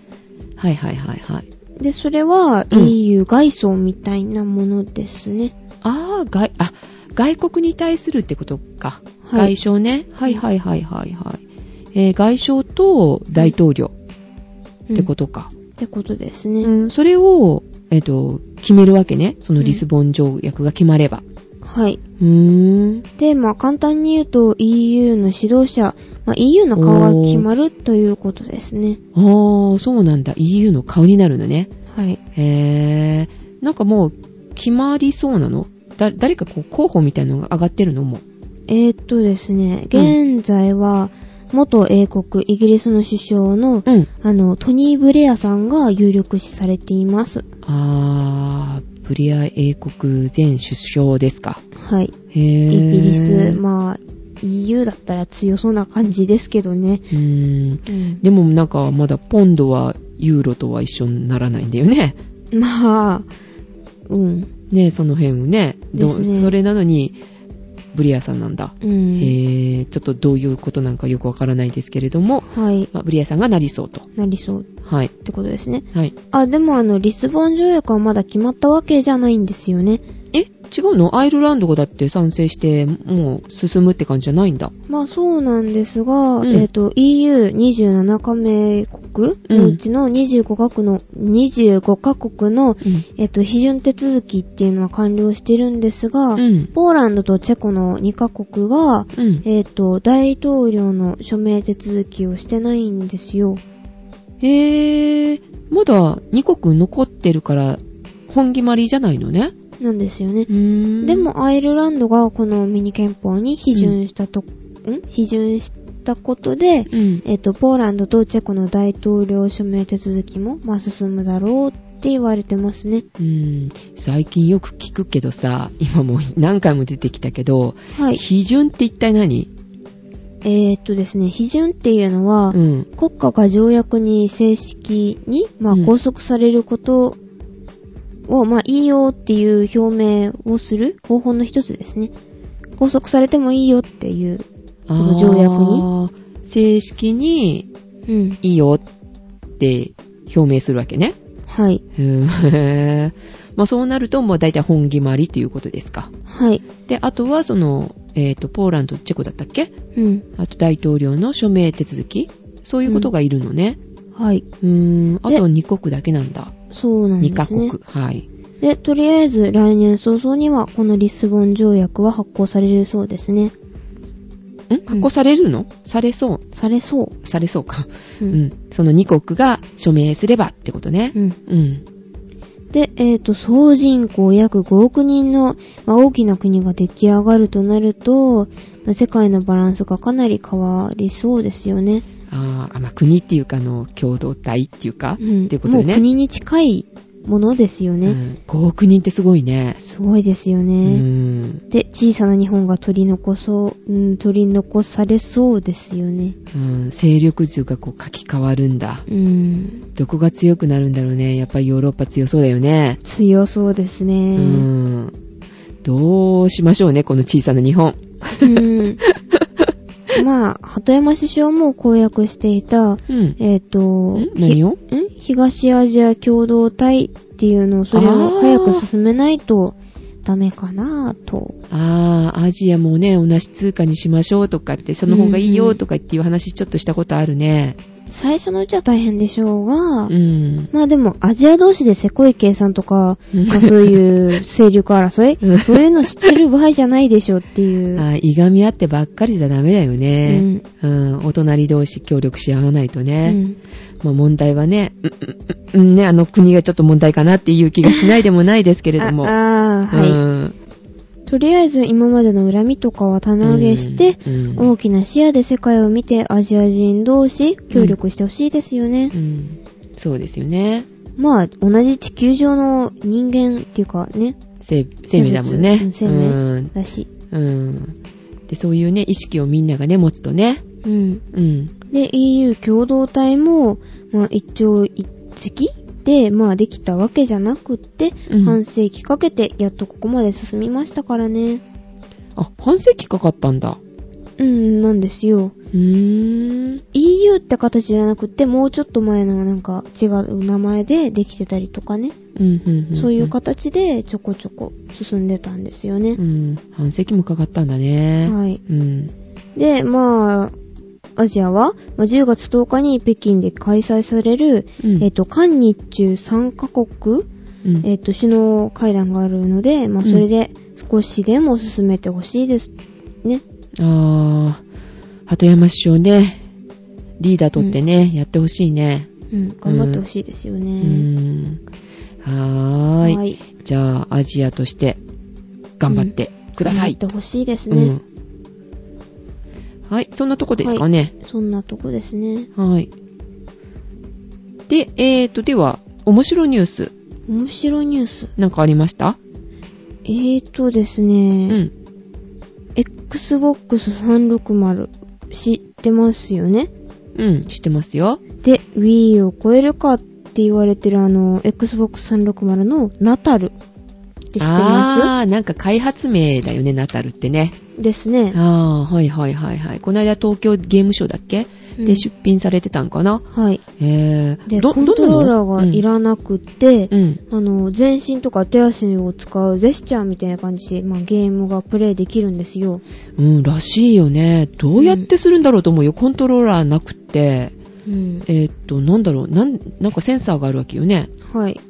B: はいはいはいはい。
A: で、それは
B: うん
A: EU 外装みたいなものですね。
B: ああ、外、あ、外国に対するってことか。
A: はい、
B: 外相ね。はいはいはいはいはい。えー外相と大統領ってこととか。
A: ってことです
B: う
A: ね。
B: ん、それを、えっ、と、決めるわけね。そのリスボン条約が決まれば。
A: はい。
B: うーん。
A: で、まあ簡単に言うと EU の指導者、まあ、EU の顔が決まるということですね。
B: ああ、そうなんだ。EU の顔になるのね。
A: はい。
B: へえ。なんかもう、決まりそうなのだ、誰かこう、候補みたいなのが上がってるのもう。
A: えー、っとですね、現在は、元英国、イギリスの首相の、
B: うん。
A: あの、トニー・ブレアさんが有力視されています。
B: あー、ブリア英国前首相ですか。
A: はい。
B: へえ。
A: イギリス、まあ、EU だったら強そうな感じですけどね。
B: うーん。でもなんか、まだポンドはユーロとは一緒にならないんだよね。
A: まあ、うん。
B: ねその辺をね。どう
A: ですね
B: それなのに、ブリアさんなんだ。
A: うん。
B: へえ、ちょっとどういうことなんかよくわからないですけれども、
A: はい。
B: まあ、ブリアさんがなりそうと。
A: なりそうっ
B: はい。
A: てことですね。
B: はい。
A: あ、でもあの、リスボン条約はまだ決まったわけじゃないんですよね。
B: え、違うのアイルランドがだって賛成して、もう進むって感じじゃないんだ。
A: まあそうなんですが、
B: うん
A: えっ、と、EU27 加盟国のうちの25カ国の、25カ国の、
B: うん。
A: えっ、と、批准手続きっていうのは完了してるんですが、
B: うん。
A: ポーランドとチェコの2カ国が、
B: うん。
A: えっ、と、大統領の署名手続きをしてないんですよ。
B: へえ、まだ2国残ってるから、本決まりじゃないのね。
A: なんですよね。
B: うーん
A: で、もアイルランドがこのミニ憲法に批准したと、ん批准したことで、
B: うん。
A: えっ、と、ポーランドとチェコの大統領署名手続きも、まあ、進むだろうって言われてますね。
B: うん、最近よく聞くけどさ、今もう何回も出てきたけど、
A: はい。
B: 批准って一体何
A: えーっとですね、批准っていうのは、
B: うん。
A: 国家が条約に正式に、まあ、
B: うん
A: 拘束されることを、まあ、いいよっていう表明をする方法の一つですね。拘束されてもいいよっていう。の条約に
B: に正式に
A: うん。
B: いいよって表明するわけね。
A: はい。
B: へーまあそうなると、まあ大体本決まりということですか。
A: はい。
B: で、あとはその、えっ、と、ポーランド、チェコだったっけ
A: うん。
B: あと大統領の署名手続きそういうことがいるのね。
A: はい。
B: うーん、あと2国だけなんだ。
A: そうなん
B: 2
A: で
B: カ
A: すね。
B: 国。はい。
A: で、とりあえず来年早々にはこのリスボン条約は発行されるそうですね。
B: ん発行されるの、されそう。
A: されそう。
B: されそうか。
A: う
B: うん。その2国が署名すればってことね。
A: うん。
B: うん。
A: で、えっ、と、総人口約5億人の、まあ、大きな国が出来上がるとなると、まあ世界のバランスがかなり変わりそうですよね。
B: あーあ、まあ、国っていうか、あの、共同体っていうか、
A: うん。
B: っていうことで
A: もう
B: ね。
A: 国に近いものですよね。
B: うん5億人ってすごいね。
A: すごいですよ
B: う
A: ね。
B: ん。
A: で、小さな日本が取り残そう、うん、取り残されそうですよね。
B: うん、勢力図がこう書き換わるんだ。
A: うん。
B: どこが強くなるんだろうね。やっぱりヨーロッパ強そうだよね。
A: 強そうです
B: う
A: ね。
B: ん。どうしましょうね、この小さな日本。
A: うん。まあ、鳩山首相も公約していた、
B: うん。
A: えっ、と、
B: ん
A: ひ
B: 何を
A: ん東アジア共同体っていうのを、それを早く進めないとダメかなと。
B: ああ、アジアもね、同じ通貨にしましょうとかって、その方がいいよとかっていう話ちょっとしたことあるね。
A: 最初のうちは大変でしょうが、
B: うん。
A: まあでも、アジア同士でせこい計算とか、
B: うん
A: まあそういう勢力争
B: うん
A: い、そういうのしてる場合じゃないでしょうっていう。
B: あーいがみ合ってばっかりじゃダメだよね。うん。お隣同士協力し合わないと
A: う
B: ね。
A: ん
B: まあ問題はね、うん、うん、うんね、あの国がちょっと問題かなっていう気がしないでもないですけれども。
A: ああー、はい。
B: うん
A: とりあえず今までの恨みとかは棚上げして、
B: うん
A: 大きな視野で世界を見てアジア人同士協力してほしいですよね
B: う。ん、そうですよね。
A: まあ、同じ地球上の人間っていうかね、
B: 生生命だもんね。
A: うん生
B: う
A: 命
B: ん
A: だし。
B: うん。で、そういうね、意識をみんながね、持つとね。
A: うん。
B: うん。
A: で、EU 共同体も、まあ、一朝一夕で、まあ、できたわけじゃなくって、
B: うん
A: 半世紀かけて、やっとここまで進みましたからね。
B: あ、半世紀かかったんだ。
A: うん、なんですよ。
B: うーん。
A: EU って形じゃなくって、もうちょっと前のなんか違う名前でできてたりとかね。
B: うん、うん、ん
A: そういう。形でちょこちょこ進んでたんですよね
B: う。ん。半世紀もかかったんだね。
A: はい。
B: うん。
A: で、まあ、アジアは、まあ10月10日に北京で開催される、
B: うん
A: えっ、と、韓日中3カ国、
B: うん。
A: えっ、と、首脳会談があるので、まあ、
B: うん
A: それで少しでも進めてほしいです。ね。
B: あー、鳩山首相ね、リーダー取ってね、やってほしいね。
A: うん、頑張ってほしいですよ
B: う
A: ね。
B: ん。はーい。
A: はい。
B: じゃあ、アジアとして、頑張ってくださ
A: 頑
B: い。
A: 張ってほしいです
B: う
A: ね
B: ん。はい、そんなとこですかね。
A: そんなとこですね。
B: はい。で、えーと、では、面白ニュース、
A: 面白いニュース。
B: なんかありました
A: えーとです
B: う
A: ね、
B: ん。
A: Xbox 360知ってますよね
B: うん、知ってますよ。
A: で、Wii を超えるかって言われてるあの、Xbox 360のナタルって知ってま
B: あー、なんか開発名だよね、ナタルってね。
A: すですね。
B: あー、はいはいはいはい。この間東京ゲームショウだっけ、
A: うん
B: で、出品されてたんかな
A: はい。
B: えー、
A: で、
B: ど
A: コントローラーがい
B: ん。
A: らなくって、
B: うん。
A: あの、全身とか手足を使うジェスチャーみたいな感じで、まあ、ゲームがプレイできるんですよ。
B: うん、らしいよね。どうやってするんだろうと思うよ。コントローラーなくって。
A: うん。
B: えーっと、なんだろう、なん、なんかセンサーがあるわけよね。
A: はい。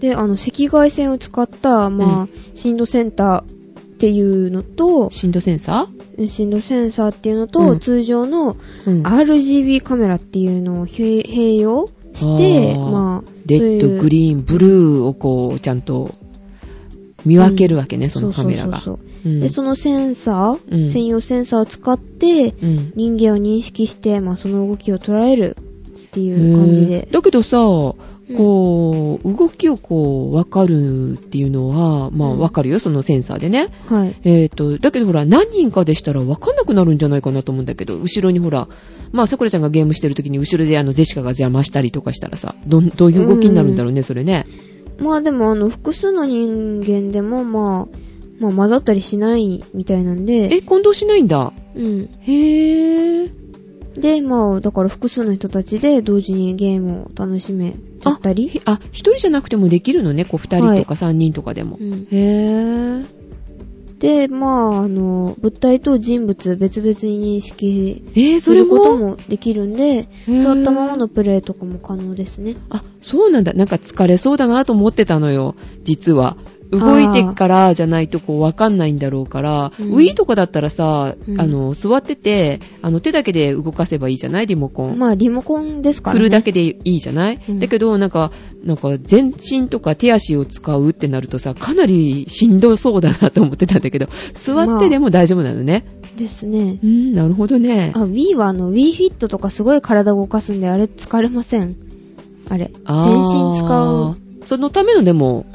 A: で、あの、赤外線を使った、まあ、
B: う
A: 振動センターっていうのと、
B: 振動センサ
A: 振動センサーっていうのと、
B: うん
A: 通常の
B: ーうん。
A: RGB カメラっていうのを併併用して、
B: あー
A: まあ、
B: レッド、グ
A: ーン、
B: リーン、ブルーをこう、ちゃんと見分けるわけね、そのカメラが。
A: そうそうそう
B: う
A: そう、
B: ん
A: で、そのセンサー、
B: うん
A: 専用センサーを使って、
B: うん
A: 人間を認識して、まあ、その動きを捉えるって
B: へ
A: いう感じで
B: ー。だけどさ、
A: うん
B: こう、動きをこう、わかるっていうのは、まあ、
A: うん
B: わかるよ、そのセンサーでね。
A: はい。
B: えーっと、だけどほら、何人かでしたらわかんなくなるんじゃないかなと思うんだけど、後ろにほら、まあ、桜ちゃんがゲームしてる時に後ろであの、ジェシカが邪魔したりとかしたらさ、どん、どういう動きになるんだろうね、それね。
A: まあでも、あの、複数の人間でも、まあ、まあ、混ざったりしないみたいなんで、
B: え、混同しないんだ。
A: うん。
B: へー。
A: で、まあ、だから複数の人たちで同時にゲームを楽しめちゃったり、
B: ひあ、一人じゃなくてもできるのね、こう二人とか三人とかでも。
A: うん。
B: へぇー。
A: で、まあ、あの、物体と人物別々に認識
B: えー、
A: す
B: それ
A: る
B: も
A: こともできるんで、
B: へー
A: 座ったままのプレイとかも可能ですね。
B: あ、そうなんだ。なんか疲れそうだなと思ってたのよ、実は。動いてからじゃないとこうわかんないんだろうから、
A: うん
B: ウィーとかだったらさ、
A: うん
B: あの、座ってて、あの、手だけで動かせばいいじゃないリモコン。
A: まあ、リモコンですからね。
B: 振るだけでいいじゃない、
A: うん
B: だけど、なんか、なんか、全身とか手足を使うってなるとさ、かなりしんどそうだなと思ってたんだけど、座ってでも大丈夫なのね。
A: ですね。
B: うん、なるほどね。
A: あ、Wii はあの、WeFit とかすごい体動かすんで、あれ疲れません。あれ。全身
B: あー
A: 使う。。
B: そのためのでも、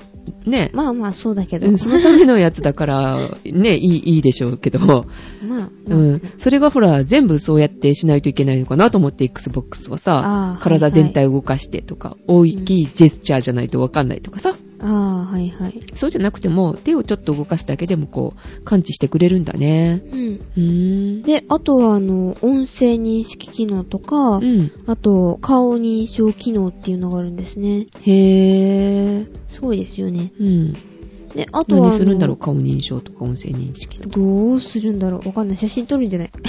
B: ね、
A: まあまあ、そうだけど。
B: うんそのためのやつだから、ね、いい、いいでしょうけど、
A: まあ、
B: う
A: まあ
B: ん。それがほら、全部そうやってしないといけないのかなと思って、Xbox は
A: あ
B: さ
A: ー、
B: 体全体を動かしてとか、大きいジェスチャーじゃないとわかんないとかさ、
A: ああ、はいはい。
B: そうじゃなくても、手をちょっと動かすだけでもこう、感知してくれるんだね。
A: うん。
B: うーん。
A: で、あとは、あの、音声認識機能とか、
B: うん。
A: あと、顔認証機能っていうのがあるんですね。
B: へー。
A: すごいですよね。
B: うん。
A: で、あとはあの、
B: 何するんだろう顔認証とか音声認識とか。
A: どうするんだろうわかんない。写真撮るんじゃない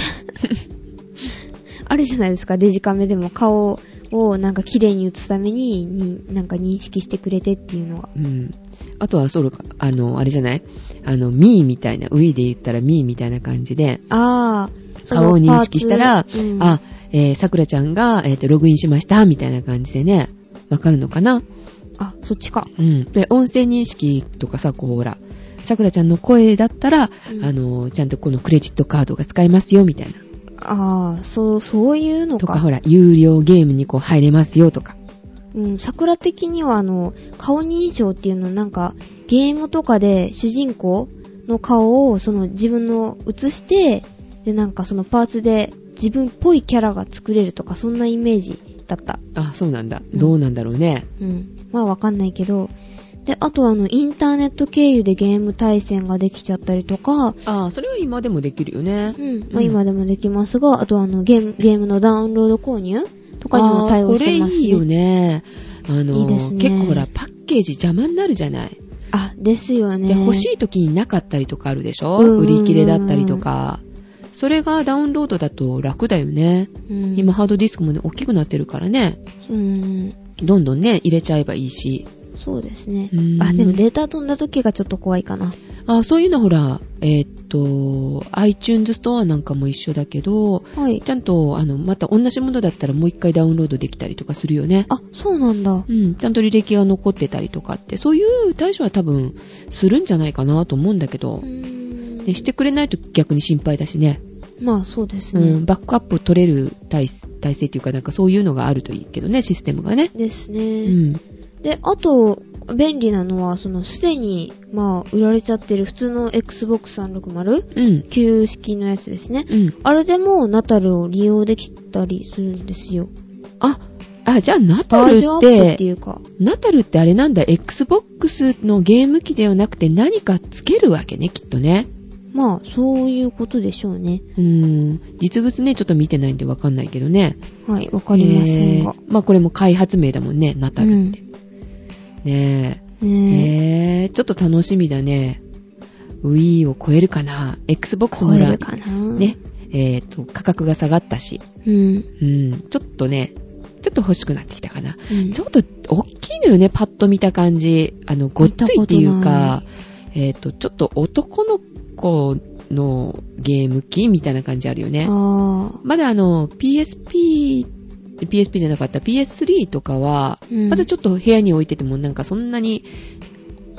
A: あるじゃないですか、デジカメでも顔をなんか綺麗に写すためにに、なんか認識してくれてっていうのが。
B: うん。あとは、そうか、あの、あれじゃないあの、ミーみたいな、ウィーで言ったらミーみたいな感じで、
A: ああ、その
B: 顔を認識したら、
A: パーツうん
B: あ、えー、さくらちゃんが、えっ、と、ログインしました、みたいな感じでね、わかるのかな
A: あ、そっちか。
B: うん。で、音声認識とかさ、こう、ほら、さくらちゃんの声だったら、
A: うん
B: あの、ちゃんとこのクレジットカードが使えますよ、みたいな。
A: ああ、そう、そういうの
B: と
A: か。
B: か、ほら、有料ゲームにこう入れますよ、とか。
A: うん、桜的にはあの、顔認証っていうのなんか、ゲームとかで主人公の顔をその自分の映して、でなんかそのパーツで自分っぽいキャラが作れるとか、そんなイメージだった。
B: あ、そうなんだ。
A: うん
B: どうなんだろうね。
A: うん。まあわかんないけど。で、あとはあの、インターネット経由でゲーム対戦ができちゃったりとか、
B: あ、それは今でもできるよね。
A: うん、まあ今でもできますが、あとはあの、ゲーム、ゲームのダウンロード購入とかにも対応して
B: あ
A: ま
B: ーこ
A: す
B: れいいよね。あの
A: いいですね
B: 結構ほら、パッケージ邪魔になるじゃない。
A: あ、ですよね。
B: で、欲しい時になかったりとかあるでしょ、
A: うんうんうん
B: 売り切れだったりとか。それがダウンロードだと楽だよね。
A: うん、
B: 今、ハードディスクもね、大きくなってるからね。
A: うん。
B: どんどんね、入れちゃえばいいし。
A: そうですね
B: う。ん
A: あ、でもデータ飛んだ時がちょっと怖いかな。
B: あ、そういうのほら、えーっと、iTunes ストアなんかも一緒だけど、
A: はい
B: ち。ゃんと、あの、また同じものだったらもう一回ダウンロードできたりとかするよね。
A: あ、そうなんだ。
B: うん、ちゃんと履歴が残ってたりとかって、そういう対処は多分するんじゃないかなと思うんだけど、ね、してくれないと逆に心配だしね、
A: まあそうです
B: う
A: ね。
B: ん、バックアップを取れる体体制というか、なんかそういうのがあるといいけどね、システムがね。
A: です
B: う
A: ね。
B: ん、
A: で、あと、便利なのは、その、すでに、まあ、売られちゃってる普通の Xbox 360、
B: うん、
A: 旧式のやつですね。
B: うん。
A: あれでも、ナタルを利用できたりするんですよ。
B: あ、あ、じゃあナタ
A: バ
B: ル
A: ー
B: っ
A: ジョンアップって
B: て、
A: いうか。
B: ナタルってあれなんだ、Xbox のゲーム機ではなくて何かつけるわけね、きっとね。
A: まあ、そういうことでしょうね。
B: うん、実物ね、ちょっと見てないんでわかんないけどね。
A: はい、わかりませんが。
B: えーまあこれも開発名だもんね、ナタルって。
A: う
B: ねえ。
A: ん。ねえ。
B: へえ、ちょっと楽しみだね。Wii を超えるかな ?Xbox
A: 超
B: の
A: え
B: ら
A: る、かな。
B: ね。、えっ、と、価格が下がったし、
A: うん。
B: うん、ちょっとね、ちょっと欲しくなってきたかな。
A: うん
B: ちょっと大きいのよね、パッと見た感じ。あの、ごっついっていうか、えっ、と、ちょっと男の子のゲーム機みたいな感じあるよね。
A: ああ。
B: まだあの、PSP、PSP じゃなかった PS3 とかは、
A: うん
B: まだちょっと部屋に置いててもなんかそんなに、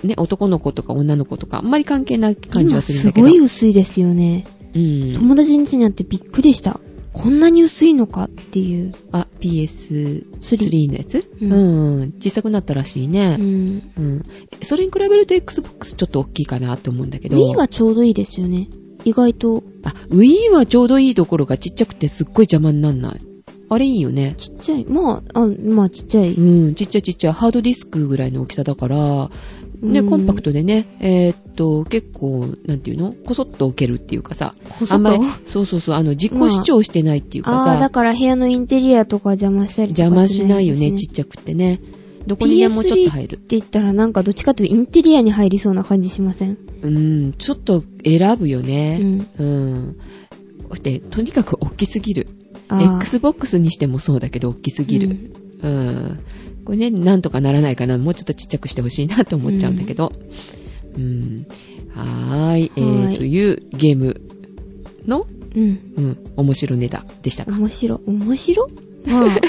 B: ね、男の子とか女の子とか、あんまり関係ない感じはするんだけど。
A: 今すごい薄いですよね。
B: うん。
A: 友達ん家にあってびっくりした。こんなに薄いのかっていう。
B: あ、PS3 のやつ
A: う
B: うんん。小さくなったらしいうね。
A: ん。
B: うん。それに比べると Xbox ちょっと大きいかなって思うんだけど。
A: Wii がちょうどいいですよね。意外と
B: あ、Wii はちょうどいいところがちっちゃくてすっごい邪魔になんない。あれいいよね。
A: ちっちゃい。まあ、あ、まあちっちゃい。
B: うん、ちっちゃいちっちゃいハードディスクぐらいの大きさだから、ね、
A: うん
B: コンパクトでね、えーっと、結構、なんていうのこそっと置けるっていうかさ、
A: 細
B: あんまり
A: い。、
B: そうそうそう、あの、自己主張してないっていうか
A: ああ、だ
B: さ、
A: から部屋のインテリアとか邪魔したりとか
B: 邪魔しないよね、
A: です
B: ちっちゃくてね。どこにでもちょっと入る
A: PS3 っ。て言ったらなんかどっちかというとインテリアに入りそうな感じしません
B: うん、ちょっと選ぶよ
A: う
B: ね。
A: ん。
B: うん。そして、とにかく大きすぎる。
A: あー
B: Xbox にしてもそうだけど、大きすぎる。うん。これね、なんとかならないかな。もうちょっとちっちゃくしてほしいなと思っちゃうんだけど。ううん。はーい。えー
A: はーい
B: というゲームの、
A: うん。
B: うん、面白ネタでしたか。
A: 面白。面白まあ、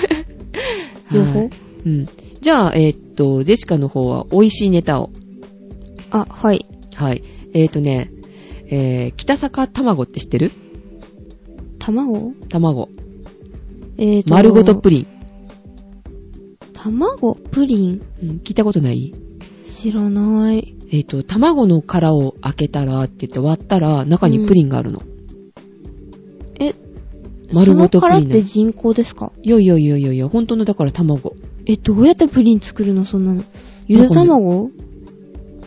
A: 情
B: は
A: 報
B: いうん。じゃあ、えーっと、ジェシカの方は美味しいネタを。
A: あ、はい。
B: はい。えーっとね、えー、北坂卵って知ってる
A: 卵
B: 卵。
A: えーと、
B: 丸ごとプ
A: リ
B: リン。
A: ン。卵プリン
B: うん、聞いたことない
A: 知らない。
B: えーっと、卵の殻を開けたらって言って割ったら中にプリンがあるの。
A: え、
B: 丸ごと
A: そ
B: プ
A: の殻っ
B: リンなの
A: て人工ですか
B: いやいやいやいやいや、本当のだから卵。
A: え、どうやってプリン作るのそんなの。ゆで卵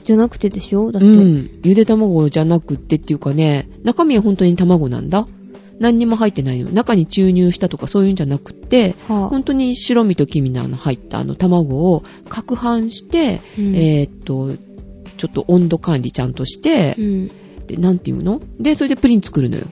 A: じゃなくてでしょだって。
B: うん。ゆで卵じゃなくってっていうかね、中身は本当に卵なんだ。何にも入ってないの。中に注入したとかそういうんじゃなくって、
A: はあ
B: 本当に白身と黄身のあの入ったあの卵を攪拌して、
A: うん
B: えーっと、ちょっと温度管理ちゃんとして
A: う、ん。
B: で、なんていうので、それでプリン作るのよ。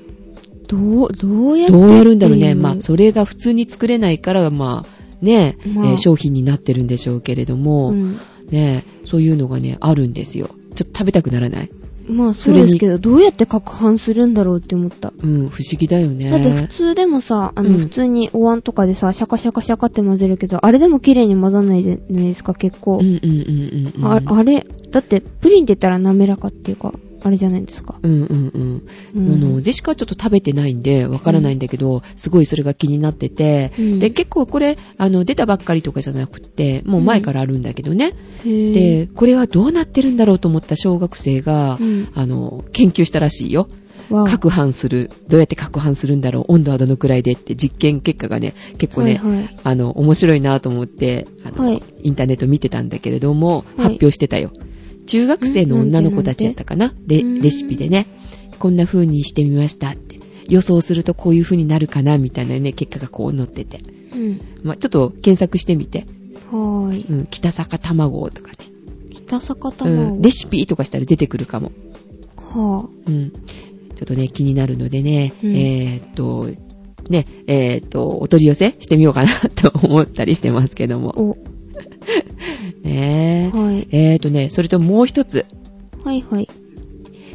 A: どう、どうやって
B: どうやるんだろう
A: ってい
B: ね。
A: う
B: まあ、それが普通に作れないから、まあ、ね、
A: まあ
B: えー商品になってるんでしょうけれども、
A: うん
B: ね、そういうのがね、あるんですよ。ちょっと食べたくならない
A: まあそうですけど、どうやって攪拌するんだろうって思った。
B: うん、不思議だよね。
A: だって普通でもさ、あ
B: うん
A: の普通にお椀とかでさ、シャカシャカシャカって混ぜるけど、あれでも綺麗に混ざんないじゃないですか、結構
B: う。んうんうんうんうん。
A: ああれ、だってプリンって言ったら滑らかっていうか、あれじゃないですか。
B: うんうんうん。
A: う
B: あの、
A: ん。
B: ジェシカはちょっと食べてないんで、わからないんだけど、すごいそれが気になってて、
A: うん
B: で、結構これ、あの、出たばっかりとかじゃなくって、もう前からあるんだけどね。
A: で、
B: で、これはどうなってるんだろうと思った小学生が、
A: うん
B: あの、研究したらしいよ。
A: わお
B: 攪拌する。どうやって攪拌するんだろう温度はどのくらいでって実験結果がね、結構ね、
A: はいはい
B: あの、面白いなと思って、あの、
A: はい
B: インターネット見てたんだけれども、
A: い
B: 発表してたよ。中学生の女の子たちやったかなレ
A: うん
B: レシピでね、こんな風にしてみましたって。予想するとこういう風になるかなみたいなね、結果がこう載ってて。
A: うん。
B: まあ、ちょっと検索してみて。
A: はーい。
B: うん、北坂卵とかね。
A: 北坂
B: う
A: 卵。
B: ん、レシピとかしたら出てくるかも。
A: は
B: うん。ちょっとね、気になるのでね、
A: うん
B: えーっと、ね、えーっと、お取り寄せしてみようかなと思ったりしてますけど
A: あ。
B: も。
A: お、
B: ねえ。
A: はい。
B: えーとね、それともう一つ、
A: はいはい。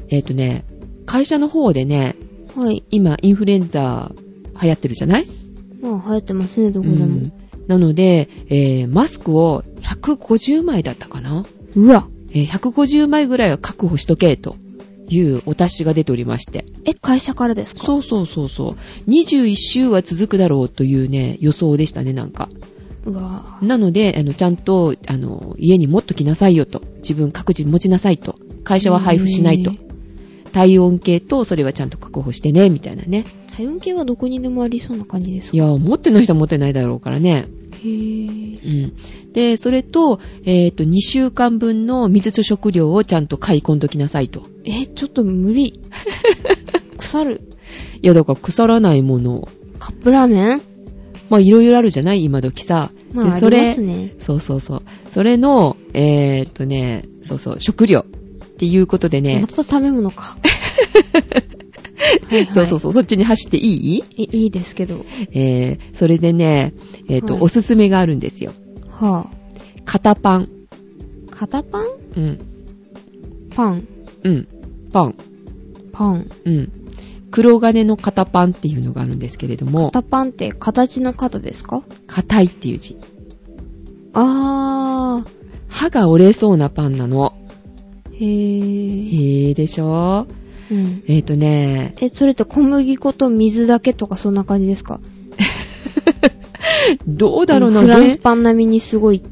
B: えーとね、会社の方でね、
A: はい。
B: 今インフルエンザ流行ってるじゃない
A: まあ流行ってますね、どこで
B: う
A: も
B: ん。なので、えーマスクを150枚だったかな、
A: うわ。
B: えー ?150 枚ぐらいは確保しとけというお達しが出ておりまして。
A: え、会社からですか
B: そうそうそうそう。21週は続くだろうというね、予想でしたね、なんか。
A: うわ。
B: なので、あの、ちゃんと、あの、家に持っときなさいよと。自分各自持ちなさいと。会社は配布しないと
A: へ。
B: 体温計と、それはちゃんと確保してね、みたいなね。
A: 体温計はどこにでもありそうな感じです
B: い
A: か
B: や、持ってない人は持ってないだろうからね。
A: へぇ
B: うん。で、それと、えっ、と、2週間分の水と食料をちゃんと買い込んどきなさいと。
A: え、ちょっと無理。腐る。
B: いや、だから腐らないもの。
A: カップラーメン
B: まあ、いろいろあるじゃない今時さ。
A: まあ、
B: で
A: あ
B: そ
A: り
B: れ
A: ますね。
B: そうそうそう。それの、えーっとね、そうそう、食料っていうことでね
A: ま、た食べ物 か。はいはい
B: そうそうそう、そっちに走っていい
A: いいいですけど。
B: えー、それでね、えーっと、
A: はい
B: おすすめがあるんですよ。
A: は
B: 肩パン。
A: ぁ、片パン
B: うん。
A: パン。
B: うん。パン。
A: パン。
B: うん。黒金の肩パンっていうのがあるんですけれども、
A: 片パンって形の型ですか
B: 硬いっていう字。
A: あ
B: 歯が折れそうなパンなの。
A: ー。へぇ
B: へえでし
A: ー。
B: ょ
A: うん。
B: えーっ、とね、
A: え、それって小麦粉と水だけとかそんな感じですか
B: どうだろうな、
A: フランスパン並みにすごい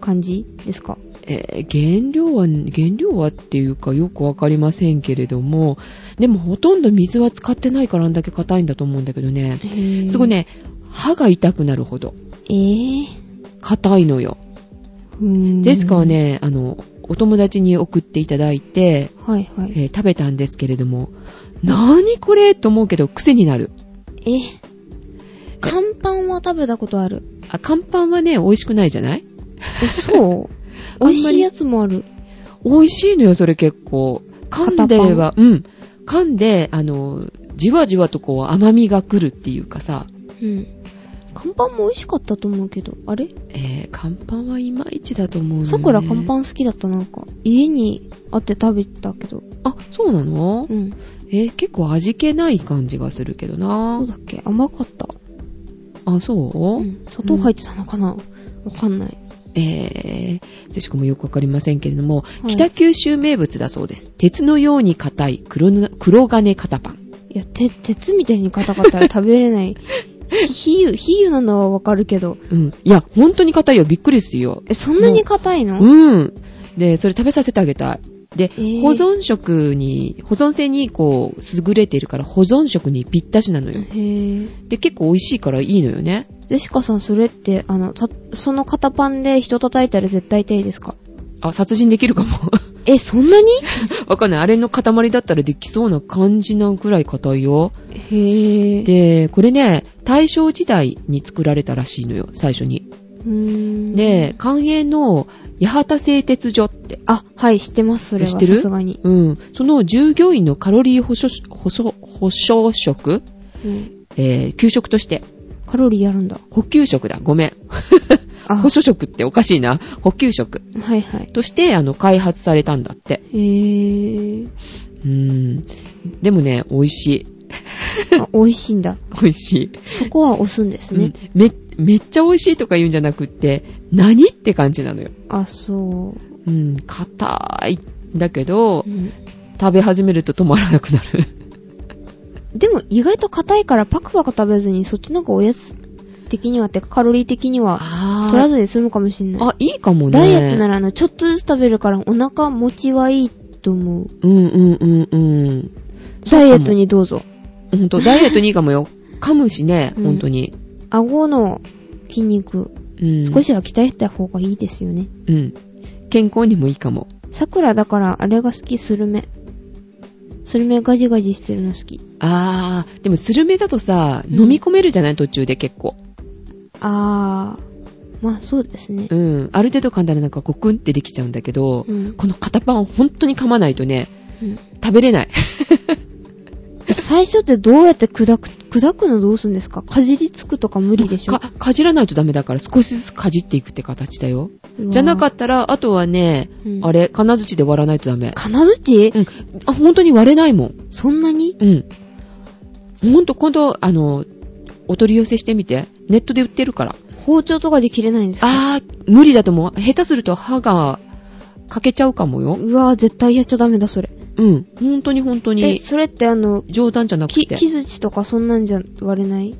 A: 感じですか
B: えー原料は、原料はっていうかよくわかりませんけれども、でもほとんど水は使ってないからあんだけ硬いんだと思うんだけどね。すごい。ね、歯が痛くなるほど
A: えぇ、
B: 硬いのよ。
A: ー。
B: ジェスカは。ね、あの、お友達に送っていただいて、
A: はいはい。
B: えー食べたんですけれども、なにこれと思うけど癖になる。
A: え、乾パンは食べたことある。
B: あ、乾パンはね、美味しくないじゃない
A: え、そう
B: あん ま
A: 美
B: り
A: 味しいやつもある。
B: 美味しいのよ、それ結構。噛んでれば、うん。噛んで、あの、じわじわとこう甘みが来るっていうかさ、
A: うん。乾パンも美味しかったと思うけど、あれ
B: えー、乾パンはいまいちだと思うのよ、ね。
A: さくら乾パ
B: ン
A: ン好きだったなんか。家にあって食べたけど。
B: あ、そうなの、
A: うん。
B: えー結構味気ない感じがするけど
A: ど
B: な
A: う。だっけ甘かった。
B: あ、そう、
A: うん砂糖入ってたのかなわかんない。
B: えー、ジェシコもよくわかりませんけれども、
A: はい
B: 北九州名物だそうです。鉄のように硬い黒ぬ黒金型パン。
A: いや、て、鉄みたいに硬かったら食べれない。 ひ比喩、比喩なのはわかるけど。
B: うん。いや、本当に硬いよ。びっくりするよ。
A: え、そんなに硬いの、
B: うん。で、それ食べさせてあげたい。で、
A: ー
B: 保存食に、保存性にこう、優れているから保存食にぴったしなのよ。
A: へえ。
B: で、結構美味しいからいいのよね。
A: ゼシカさん、それって、あの、た、その型パンで人叩いたら絶対痛いですか
B: あ、殺人できるかも。
A: え、そんなに
B: わかんない。あれの塊だったらできそうな感じなぐらい硬いよ。
A: へえ。
B: で、これね、大正時代に作られたらしいのよ、最初に。
A: うーん。
B: で、官営の八幡製鉄所って、
A: あ、はい、知ってます、それは。
B: 知ってる
A: さすがに。
B: うん、その従業員のカロリー保証、保証、保証食、
A: うん
B: えー給食として、
A: カロリーやるんだ。
B: 補給食だ、ごめん。
A: あ、
B: 補助食っておかしいな。補給食
A: はいはい。
B: として、あの、開発されたんだって。
A: へえ。
B: うーん。でもね、美味しい。
A: あ、美味しいんだ。
B: 美味しい。
A: そこは押すんですね。
B: うんめ、めっちゃ美味しいとか言うんじゃなくって、何って感じなのよ。
A: あ、そ
B: うん、硬いんだけど
A: う、うん。
B: 食べ始めると止まらなくなる。
A: でも意外と硬いからパクパク食べずに、そっちの方がおやつ的にはってか、カロリー的には
B: あ
A: 取らずに済むかもしんない。
B: あ、いいかもね。
A: ダイエットならあの、ちょっとずつ食べるからお腹持ちはいいと思う。
B: うんうんうんうん。
A: ダイエットにどうぞ。
B: ほんと、ダイエットにいいか もよ。噛むしね、
A: うん
B: ほんとに。
A: 顎の筋肉、
B: うん。
A: 少。しは鍛えた方がいいですよね。
B: うん。健康にもいいかも。
A: 桜だからあれが好き、スルメ。スルメガジガジしてるの好き。
B: あー、でもスルメだとさ、
A: うん
B: 飲み込めるじゃない途中で結構。
A: あー、まあそうですね
B: う。ん。ある程度噛んだらなんかゴクンってできちゃうんだけど、
A: うん。
B: この片パンを本当に噛まないとね、
A: うん
B: 食べれない。
A: 最初ってどうやって砕く、砕くのどうすんですかかじりつくとか無理でしょ
B: か、かじらないとダメだから少しずつかじっていくって形だよ。じゃなか
A: っ
B: ったら、あとはね、
A: た。うん
B: あれ、金槌で割らないとダメ。
A: 金槌
B: うん。あ、本当に割れないもん。
A: そんなに
B: うん。ほんと、今度、あの、お取り寄せしてみて。ネットで売ってるから。
A: 包丁とかで切れないんですか
B: あー、無理だと思う。下手すると歯が欠けちゃうかもよ。
A: うわぁ、絶対やっちゃダメだ、それ。
B: うん。本当に本当
A: え、
B: に。
A: それってあの、
B: 冗談じゃなく
A: き、
B: て。
A: 木槌とかそんなんじゃ割れない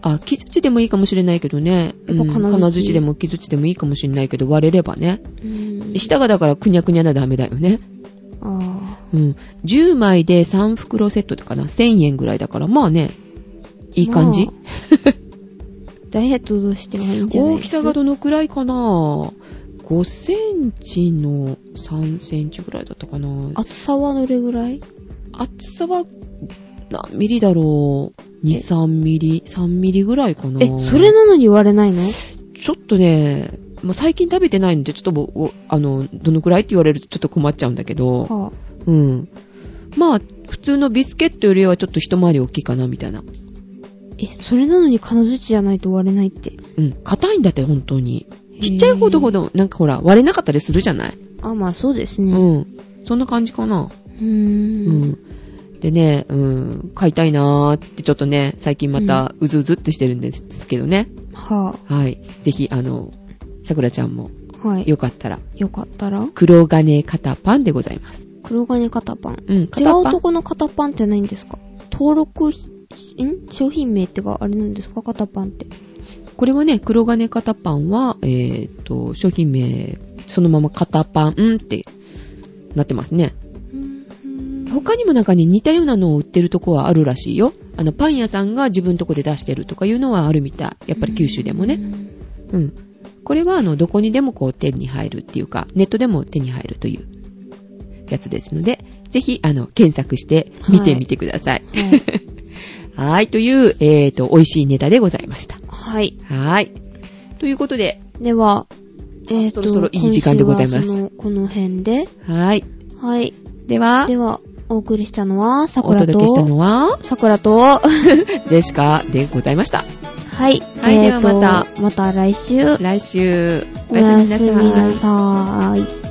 B: あ、木槌でもいいかもしれないけどね。
A: やっぱ
B: うん
A: 金槌
B: 金槌でも木槌でもいいかもしれないけど、割れればね。
A: うん
B: 下がだからくにゃくにゃなダメだよね。
A: あ
B: うん。10枚で3袋セットかな。1000円ぐらいだから、まあね、いい感じ。
A: まーダイエットどうしてもいいんじゃない
B: 大
A: で
B: き
A: す
B: さがどのくらいかな ?5 センチの3センチぐらいだったかな
A: 厚さはどれぐらい
B: 厚さは何ミリだろう ?2、
A: え
B: 3ミリ、3ミリぐらいかな
A: え、それなのに割れないの
B: ちょっとね、もう最近食べてないので、ちょっともうおあの、どのくらいって言われるとちょっと困っちゃうんだけど、
A: はぁ、
B: うん。まあ、普通のビスケットよりはちょっと一回り大きいかな、みたいな。
A: え、それなのに金槌じゃないと割れないって。
B: うん。硬いんだって、本当に。ちっちゃいほどほど、なんかほら、割れなかったりするじゃない
A: あ、まあそうですね。う
B: うん。そんな感じかな。
A: ーん。
B: うん。でね、うん、買いたいなーってちょっとね、最近またうずうずっとしてるんですけどね。
A: は
B: はい。ぜひ、あの、さくらちゃんも、
A: ぁ、はい。よ
B: よかったら、
A: かったら
B: 黒金型パンでございます。
A: 黒金型パン。
B: うん、
A: 違
B: 型
A: う
B: パン
A: とこの型パンってないんですか登録ひ、ん商品名ってか、あれなんですか型パンって。
B: これはね、黒金型パンは、えーっと、商品名、そのまま型パンってなってますね。他にもなんかね、似たようなのを売ってるとこはあるらしいよ。あの、パン屋さんが自分とこで出してるとかいうのはあるみたい。やっぱり九州でもね。うん。これは、あの、どこにでもこう手に入るっていうか、ネットでも手に入るというやつですので、ぜひ、あの、検索して見てみてください。
A: うん。はい。
B: はい、という、えーと、美味しいネタでございました。
A: はい。
B: はい。ということで、
A: では、えー、と、
B: そろそろいい時間でござい
A: 今
B: ます
A: 週はそのこの辺で。
B: はい。
A: はい。
B: では、
A: では、お送りしたのは、
B: お
A: 桜
B: 届けした
A: と、
B: のは、
A: 桜と、は
B: ジェシカでございました。
A: はい。
B: はい
A: えーと
B: ではま。
A: また来週。
B: 来週。
A: お
B: お
A: や
B: や
A: す
B: す
A: み
B: みなさ。
A: ないさーい。